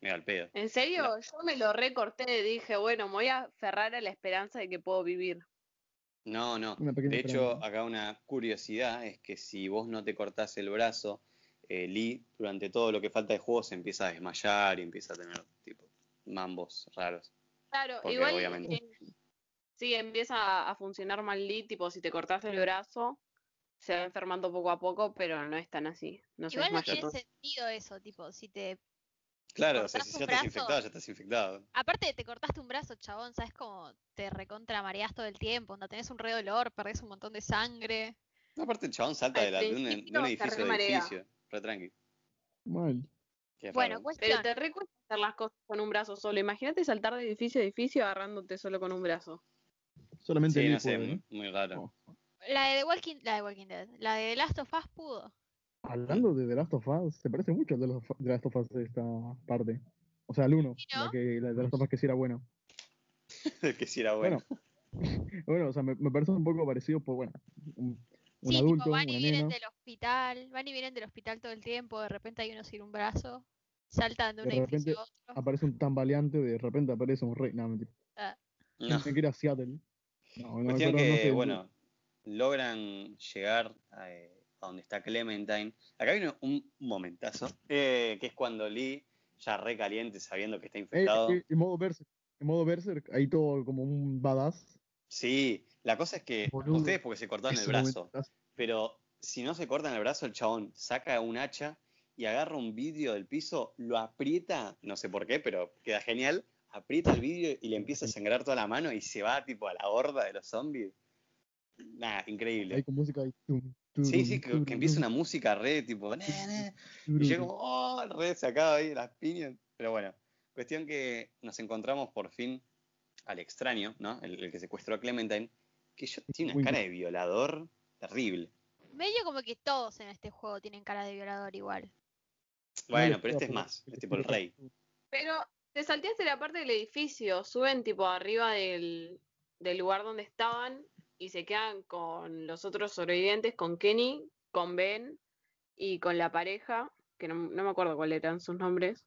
me da el pedo.
En serio, yo me lo recorté y dije, bueno, me voy a aferrar a la esperanza de que puedo vivir.
No, no.
Una pequeña
De hecho,
esperanza.
acá una curiosidad es que si vos no te cortás el brazo, eh, Lee, durante todo lo que falta de juego, se empieza a desmayar y empieza a tener tipo mambos raros.
Claro,
Porque
igual
obviamente.
eh, sí, empieza a- a funcionar mal Lee, tipo si te cortaste el brazo, se va enfermando poco a poco, pero no es tan así. No se
Igual no
desmaya
tiene
todo.
sentido eso, tipo, si te...
Claro, o
cortás
sea, si
un
ya estás
brazo.
infectado, ya estás infectado.
Aparte, te cortaste un brazo, chabón, ¿sabes cómo te recontra mareás todo el tiempo? No tenés un re dolor, perdés un montón de sangre.
No, aparte el chabón salta
Al
de, la- de un, de un
principio se
edificio a
remarea.
edificio. Re tranqui.
Mal.
Qué
Bueno,
raro.
Pero
cuestión.
te recuesta hacer las cosas con un brazo solo. Imagínate saltar de edificio a edificio agarrándote solo con un brazo.
Solamente
Sí,
Lee
no sé,
puede,
muy,
¿no?
muy raro.
Oh.
La de The Walking, la de Walking Dead, la de The Last of Us pudo.
Hablando de The Last of Us, se parece mucho al de los- The Last of Us de esta parte. O sea, al uno,
Sí, ¿no?
la, que, la de The Last of Us que sí era buena.
que si era bueno.
Bueno, o sea, me, me parece un poco parecido por, bueno, un, un
sí,
adulto,
tipo,
una
van y vienen
nena.
del hospital, van y vienen del hospital todo el tiempo, de repente hay uno sin un brazo, saltan de
De
un edificio
repente
a otro.
Aparece un tambaleante, de repente aparece un rey. No, mentira.
No.
Pensé que era Seattle. No, no me
Cuestión
acuerdo,
que,
no sé,
bueno, logran llegar a, eh, a donde está Clementine. Acá viene un momentazo, eh, que es cuando Lee, ya recaliente, sabiendo que está
Eh,
infectado.
eh, en modo Berserk. En modo Berserk, ahí todo como un badass.
Sí, la cosa es que
Boludo,
ustedes porque se cortaron el
Ese
brazo,
momento,
pero si no se cortan el brazo, el chabón saca un hacha y agarra un vidrio del piso, lo aprieta, no sé por qué, pero queda genial, aprieta el vidrio y le empieza a sangrar toda la mano y se va tipo a la horda de los zombies. Nada, increíble.
Ahí con música ahí. tum,
Sí,
turum,
sí, que,
turum,
que empieza una música re, tipo, "Ne, ne",
turum,
y yo como, oh, re sacado ahí las piñas. Pero bueno, cuestión que nos encontramos por fin al extraño, ¿no? El, el que secuestró a Clementine, que yo, tiene una
Muy
cara de violador terrible.
ah.
Medio como que todos en este juego tienen cara de violador igual.
Bueno,
les
pero este es
puedo
más,
apoyar,
es tipo el
porque-
rey.
Pero te salteaste la parte del edificio, suben tipo arriba del, del lugar donde estaban y se quedan con los otros sobrevivientes, con Kenny, con Ben y con la pareja, que no, no me acuerdo cuáles eran sus nombres.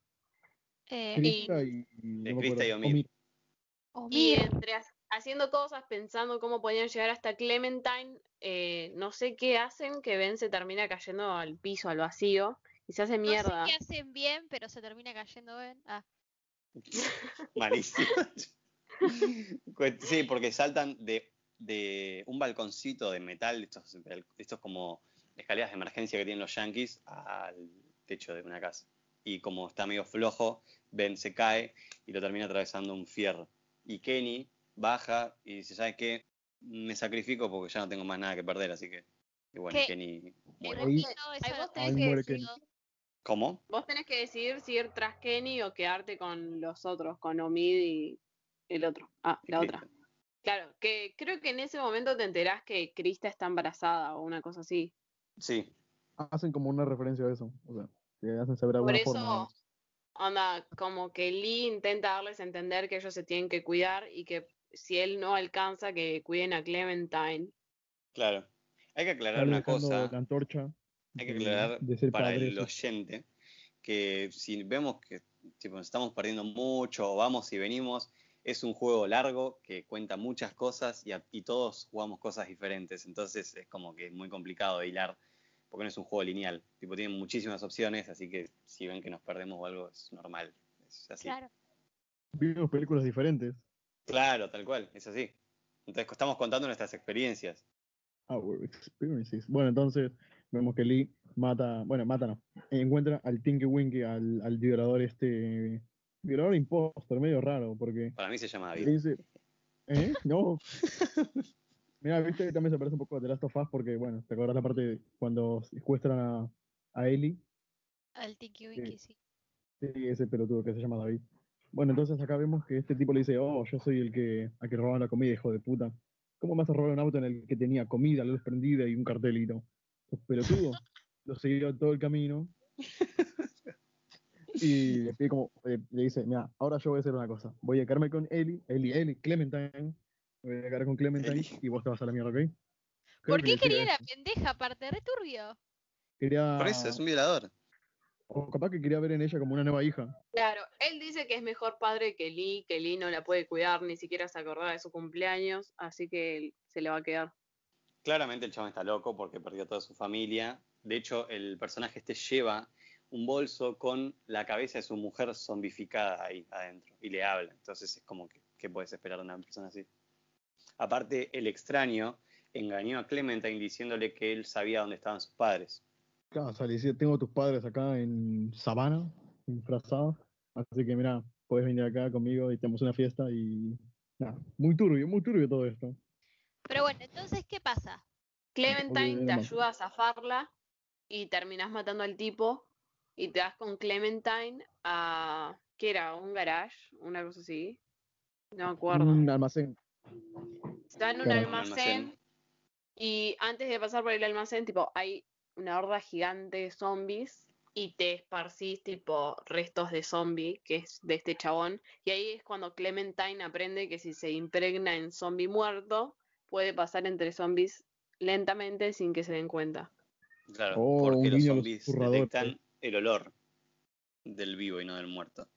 Eh,
Sí.
Krista y. no
De
me
Krista y
acuerdo,
Omid.
Y
Oh,
Omid,
entre ha- haciendo cosas, pensando cómo podían llegar hasta Clementine, eh, no sé qué hacen, que Ben se termina cayendo al piso, al vacío, y se hace
no sé
mierda.
qué hacen bien, pero se termina cayendo bien. Ah,
Malísimo. Cu- sí, porque saltan de, de un balconcito de metal, estos, estos como escaleras de emergencia que tienen los yankees, al techo de una casa. Y como está medio flojo, Ben se cae y lo termina atravesando un fierro. Y Kenny baja y dice, ¿sabes qué? Me sacrifico porque ya no tengo más nada que perder, así que... Y bueno,
¿Qué?
Kenny
y
muere.
ahí-
repito, eso
vos
no
tenés
Ahí
que
muere
decir-
Kenny.
¿Cómo?
Vos tenés que decidir si ir tras Kenny o quedarte con los otros, con Omid y el otro. Ah, la
Y
otra. Claro, que creo que en ese momento te enterás que Krista está embarazada o una cosa así.
Sí,
Hacen como una referencia a eso. O sea, te hacen saber de
Por
alguna
eso-
forma.
Onda, como que Lee intenta darles a entender que ellos se tienen que cuidar y que si él no alcanza, que cuiden a Clementine.
claro. Hay que aclarar
Sale
una
dejando
cosa.
La antorcha.
Hay que
de-
aclarar
de ser
para
padre,
el
eso.
oyente que si vemos que tipo, nos estamos perdiendo mucho o vamos y venimos, es un juego largo que cuenta muchas cosas y, a- y todos jugamos cosas diferentes. Entonces es como que es muy complicado de hilar porque no es un juego lineal. Tipo, tiene muchísimas opciones, así que si ven que nos perdemos o algo, es normal. Es así.
claro.
Vimos películas diferentes.
Claro, tal cual, es así. Entonces estamos contando nuestras experiencias.
Our experiences. Bueno, entonces vemos que Lee mata, bueno, mata no, encuentra al Tinky Winky, al, al violador este, violador impostor, medio raro, porque
Para mí se llama
le
David.
dice, ¿eh? No. Mira, viste, también se parece un poco a The Last of Us, porque, bueno, te acordás la parte de cuando secuestran a, a Ellie,
Al Tiki Wiki, sí.
Sí, ese pelotudo que se llama David. Bueno, entonces acá vemos que este tipo le dice, oh, yo soy el que, a que robaron la comida, hijo de puta. ¿Cómo me vas a robar un auto en el que tenía comida, luz prendida y un cartelito? Sos pelotudo. Lo siguió todo el camino. Y le pide como, eh, le dice, mira, ahora yo voy a hacer una cosa. Voy a quedarme con Eli, Eli, Eli, Clementine. Me voy a quedar con Clementine
Eli.
y vos te vas a la mierda, ¿ok? Creo
¿Por
que le decía
qué quería la
eso.
pendeja aparte? Returbio.
Quería-
Por eso, es un violador.
O capaz que quería ver en ella como una nueva hija.
Claro, él dice que es mejor padre que Lee, que Lee no la puede cuidar, ni siquiera se acordaba de su cumpleaños, así que él se le va a quedar.
Claramente el chabón está loco porque perdió toda su familia. De hecho, el personaje este lleva un bolso con la cabeza de su mujer zombificada ahí adentro y le habla. Entonces es como que, ¿qué puedes esperar de una persona así? Aparte, el extraño engañó a Clementine diciéndole que él sabía dónde estaban sus padres.
Claro, o sea, le decía, tengo a tus padres acá en Sabana, disfrazados, así que mira, puedes venir acá conmigo y tenemos una fiesta y nada, muy turbio, muy turbio todo esto.
Pero bueno, entonces, ¿qué pasa?
Clementine
Ok,
te
no.
ayuda a zafarla y terminás matando al tipo y te vas con Clementine a, ¿qué era? ¿Un garage? ¿Una cosa así? No me acuerdo.
Un almacén.
Está en un
Claro.
almacén, y antes de pasar por el almacén, tipo, hay una horda gigante de zombies y te esparcís, tipo, restos de zombie, que es de este chabón. Y ahí es cuando Clementine aprende que si se impregna en zombie muerto, puede pasar entre zombies lentamente sin que se den cuenta.
Claro,
Oh, un eh.
porque los
guiño a los
zombies
zurradores.
detectan el olor del vivo y no del muerto.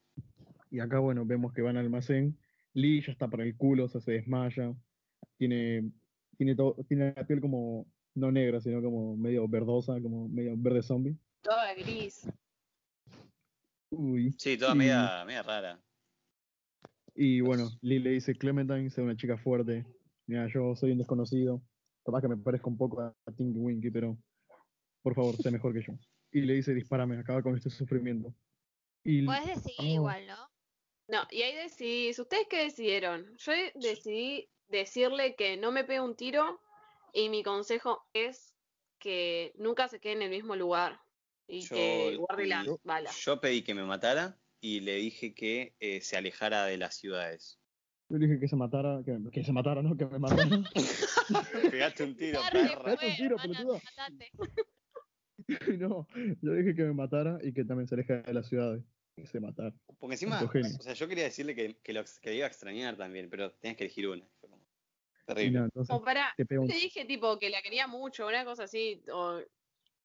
Y acá, bueno, vemos que van al almacén. Lee ya está para el culo, o sea, se desmaya. Tiene, tiene, todo, tiene la piel como, no negra, sino como medio verdosa, como medio verde zombie.
Toda gris.
Uy.
Sí, toda
Y-
media, media rara.
Y bueno, Lee le dice, Clementine, sea una chica fuerte. Mira, yo soy un desconocido. Capaz que me parezco un poco a Tinky Winky, pero por favor, sé mejor que yo. Y le dice, dispárame, acaba con este sufrimiento. Y
Pues
Podés decidir
Mm, vamos.
igual, ¿no?
No, y ahí decidís, ¿ustedes qué decidieron? Yo de- decidí decirle que no me pegue un tiro y mi consejo es que nunca se quede en el mismo lugar y
Yo-
que guarde las
yo-
balas.
Yo pedí que me matara y le dije que eh, se alejara de las ciudades.
yo le dije que se matara, que, que se matara, ¿no? Que me matara.
Pegaste un tiro,
Darle
perra.
Date un
fuego,
tiro,
hermana,
pelotuda.
matate.
Y no, yo le dije que me matara y que también se aleja de las ciudades. Que se matara.
Porque encima,
Tanto genio.
o sea, yo quería decirle que, que lo ex- que le iba a extrañar también, pero tenías que elegir una. Fue como,
Y
Terrible.
no, entonces
Como para,
te pega un-
te dije tipo que la quería mucho, una cosa así, o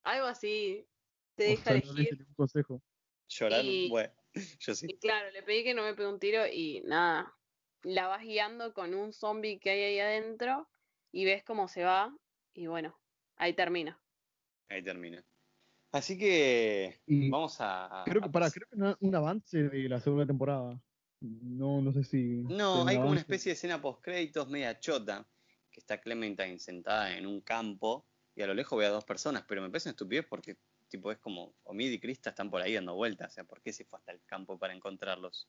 algo así. Te
o
deja
sea, no le
elegir.
diste ningún consejo.
Llorar,
Y-
bueno, yo sí.
Y claro, le pedí que no me pegue un tiro y nada. La vas guiando con un zombie que hay ahí adentro y ves cómo se va y bueno, ahí termina.
Ahí termina. Así que
Y
vamos a. a-
creo que,
a
pará,
pasar.
creo que no- un avance de la segunda temporada. No, Este, no sé si.
No,
si
hay como una
un avance.
especie de escena post créditos media chota, que está Clementine sentada en un campo y a lo lejos ve a dos personas, pero me parece una estupidez porque tipo es como Omid y Krista están por ahí dando vueltas, o sea, ¿por qué se fue hasta el campo para encontrarlos?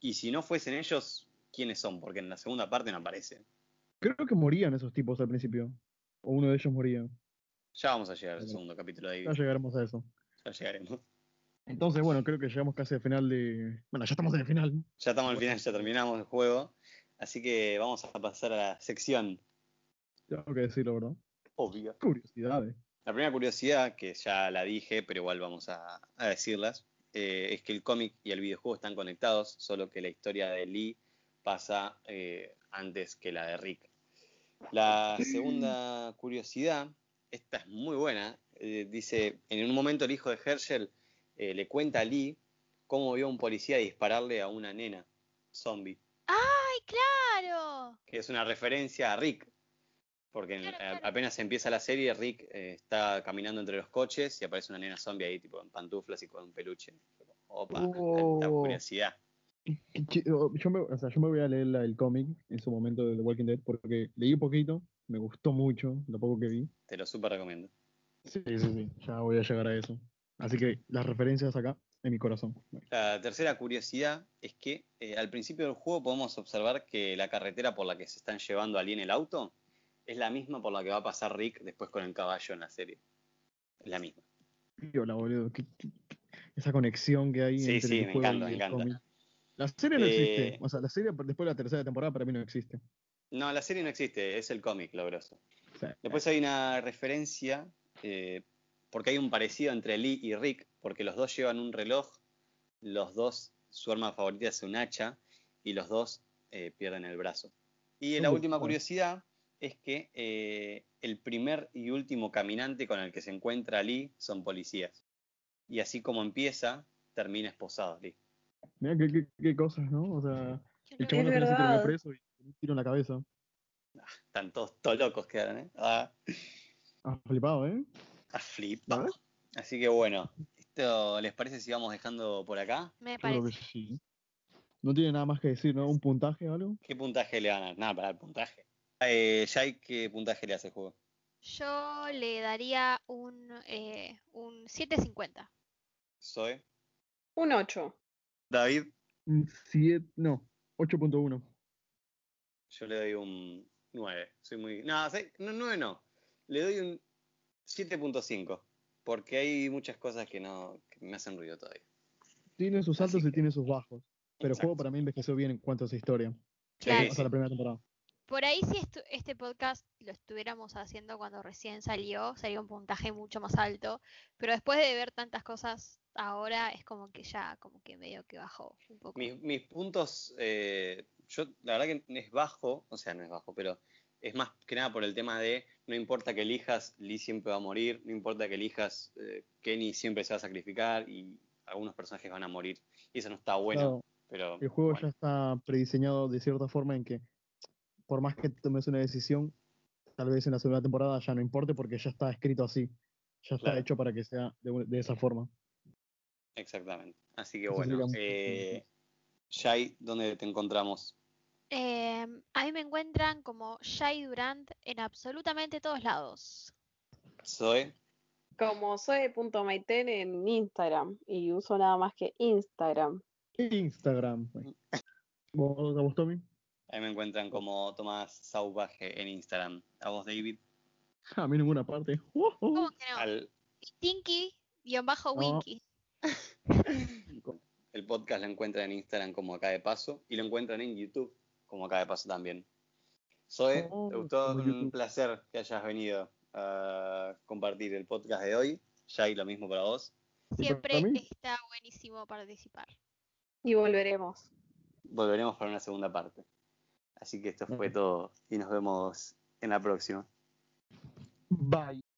Y si no fuesen ellos, ¿quiénes son? Porque en la segunda parte no aparecen.
Creo que morían esos tipos al principio. O uno de ellos moría.
Ya vamos a llegar al
Bueno.
segundo capítulo de ahí,
Ya llegaremos a eso.
ya llegaremos.
Entonces, bueno, creo que llegamos casi al final de. Bueno, ya estamos en el final.
Ya estamos al final, ya terminamos el juego, así que vamos a pasar a la sección
Tengo que decirlo, ¿verdad?
obvia.
Curiosidades.
La primera curiosidad, que ya la dije, pero igual vamos a, a decirlas, eh, es que el cómic y el videojuego están conectados, solo que la historia de Lee pasa eh, antes que la de Rick. La segunda curiosidad, esta es muy buena, eh, dice, en un momento el hijo de Herschel eh, le cuenta a Lee cómo vio a un policía dispararle a una nena zombie,
¡Ay, claro!
que es una referencia a Rick, porque en-
Claro,
a-
claro.
apenas empieza la serie, Rick eh, está caminando entre los coches y aparece una nena zombie ahí, tipo en pantuflas y con un peluche. Opa, tanta
Oh.
curiosidad.
Que- o- Yo me, o sea, yo me voy a leer la- el cómic en su momento de The Walking Dead porque leí un poquito, me gustó mucho lo poco que vi.
Te lo súper recomiendo.
Sí, sí, sí, ya voy a llegar a eso. Así que las referencias acá en mi corazón.
La tercera curiosidad es que eh, al principio del juego podemos observar que la carretera por la que se están llevando a Lee en el auto es la misma por la que va a pasar Rick después con el caballo en la serie. Es la misma.
Viola, boludo. qué- qué- qué- esa conexión que hay
Sí,
entre
sí,
el
me
juego
encanta, me
y el
encanta.
cómic. La serie no
Eh,
existe. O sea, la serie por- después de la tercera temporada para mí no existe.
No, la serie no existe, es el cómic, lo grosso.
O sea,
Después hay una referencia, eh, porque hay un parecido entre Lee y Rick, porque los dos llevan un reloj, los dos, su arma favorita es un hacha, y los dos eh, pierden el brazo. Y la
Uh,
última
bueno.
curiosidad es que eh, el primer y último caminante con el que se encuentra Lee son policías. Y así como empieza, termina esposado Lee.
mirá qué, qué- qué cosas, ¿no? O sea,
Qué
el
loco.
chabón
Es
apenas se terminó
verdad.
preso y con un tiro en la cabeza.
Están todos, todos locos quedaron, ¿eh? Ah.
Ah, flipado, ¿eh?
A
¿No?
Así que bueno, esto les parece si vamos dejando por acá.
Me
Yo creo que
parece.
sí. No tiene nada más que decir, ¿no? Un puntaje o algo.
¿Qué puntaje le van a dar? Nada, para el puntaje. Eh, Jai, ¿qué puntaje le hace el juego?
Yo le daría un, eh, un 7.50.
Soy.
Un 8.
David,
Un 7, Mm, no, 8.1.
yo le doy un 9. Soy muy. No, seis- no 9 no. Le doy un 7.5. Porque hay muchas cosas que no que me hacen ruido todavía.
Tiene sus altos
Así
y
que-
tiene sus bajos. Pero el
Exacto.
juego para mí envejeció bien en cuanto a su historia.
Claro.
Sí,
O sea, la primera temporada.
Por ahí si estu- este podcast lo estuviéramos haciendo cuando recién salió, sería un puntaje mucho más alto, pero después de ver tantas cosas ahora es como que ya, como que medio que bajó un poco.
Mis, mis puntos, eh, yo la verdad que es bajo, o sea, no es bajo, pero es más que nada por el tema de no importa que elijas, Lee siempre va a morir, no importa que elijas, eh, Kenny siempre se va a sacrificar y algunos personajes van a morir. Y eso no está bueno,
Claro,
pero
el juego ya
bueno,
está prediseñado de cierta forma en que, por más que tomes una decisión, tal vez en la segunda temporada ya no importe porque ya está escrito así. Ya está
Claro.
hecho para que sea de, u- de esa forma.
exactamente. Así que
Eso
bueno,
sería
eh, Jai, ¿dónde te encontramos?
Em, a mí me encuentran como Shai Durant en absolutamente todos lados.
Zoe,
Como soy.maiten en Instagram y uso nada más que Instagram.
Instagram. güey. ¿Vos, a vos, Tommy?
ahí me encuentran como Tomás Sauvaje en Instagram. A vos, David,
A mí ninguna parte. Ujú.
¿Cómo que no?
al
Stinky-Winky.
El podcast lo encuentran en Instagram como Acá de Paso y lo encuentran en YouTube como Acá de Paso también. Zoe,
Oh,
te gustó,
como
un
YouTube.
placer que hayas venido a compartir el podcast de hoy. Jai, lo mismo para vos.
¿Y para
Siempre
mí?
está buenísimo participar.
Y volveremos.
Volveremos para una segunda parte. Así que esto fue todo y nos vemos en la próxima.
Bye.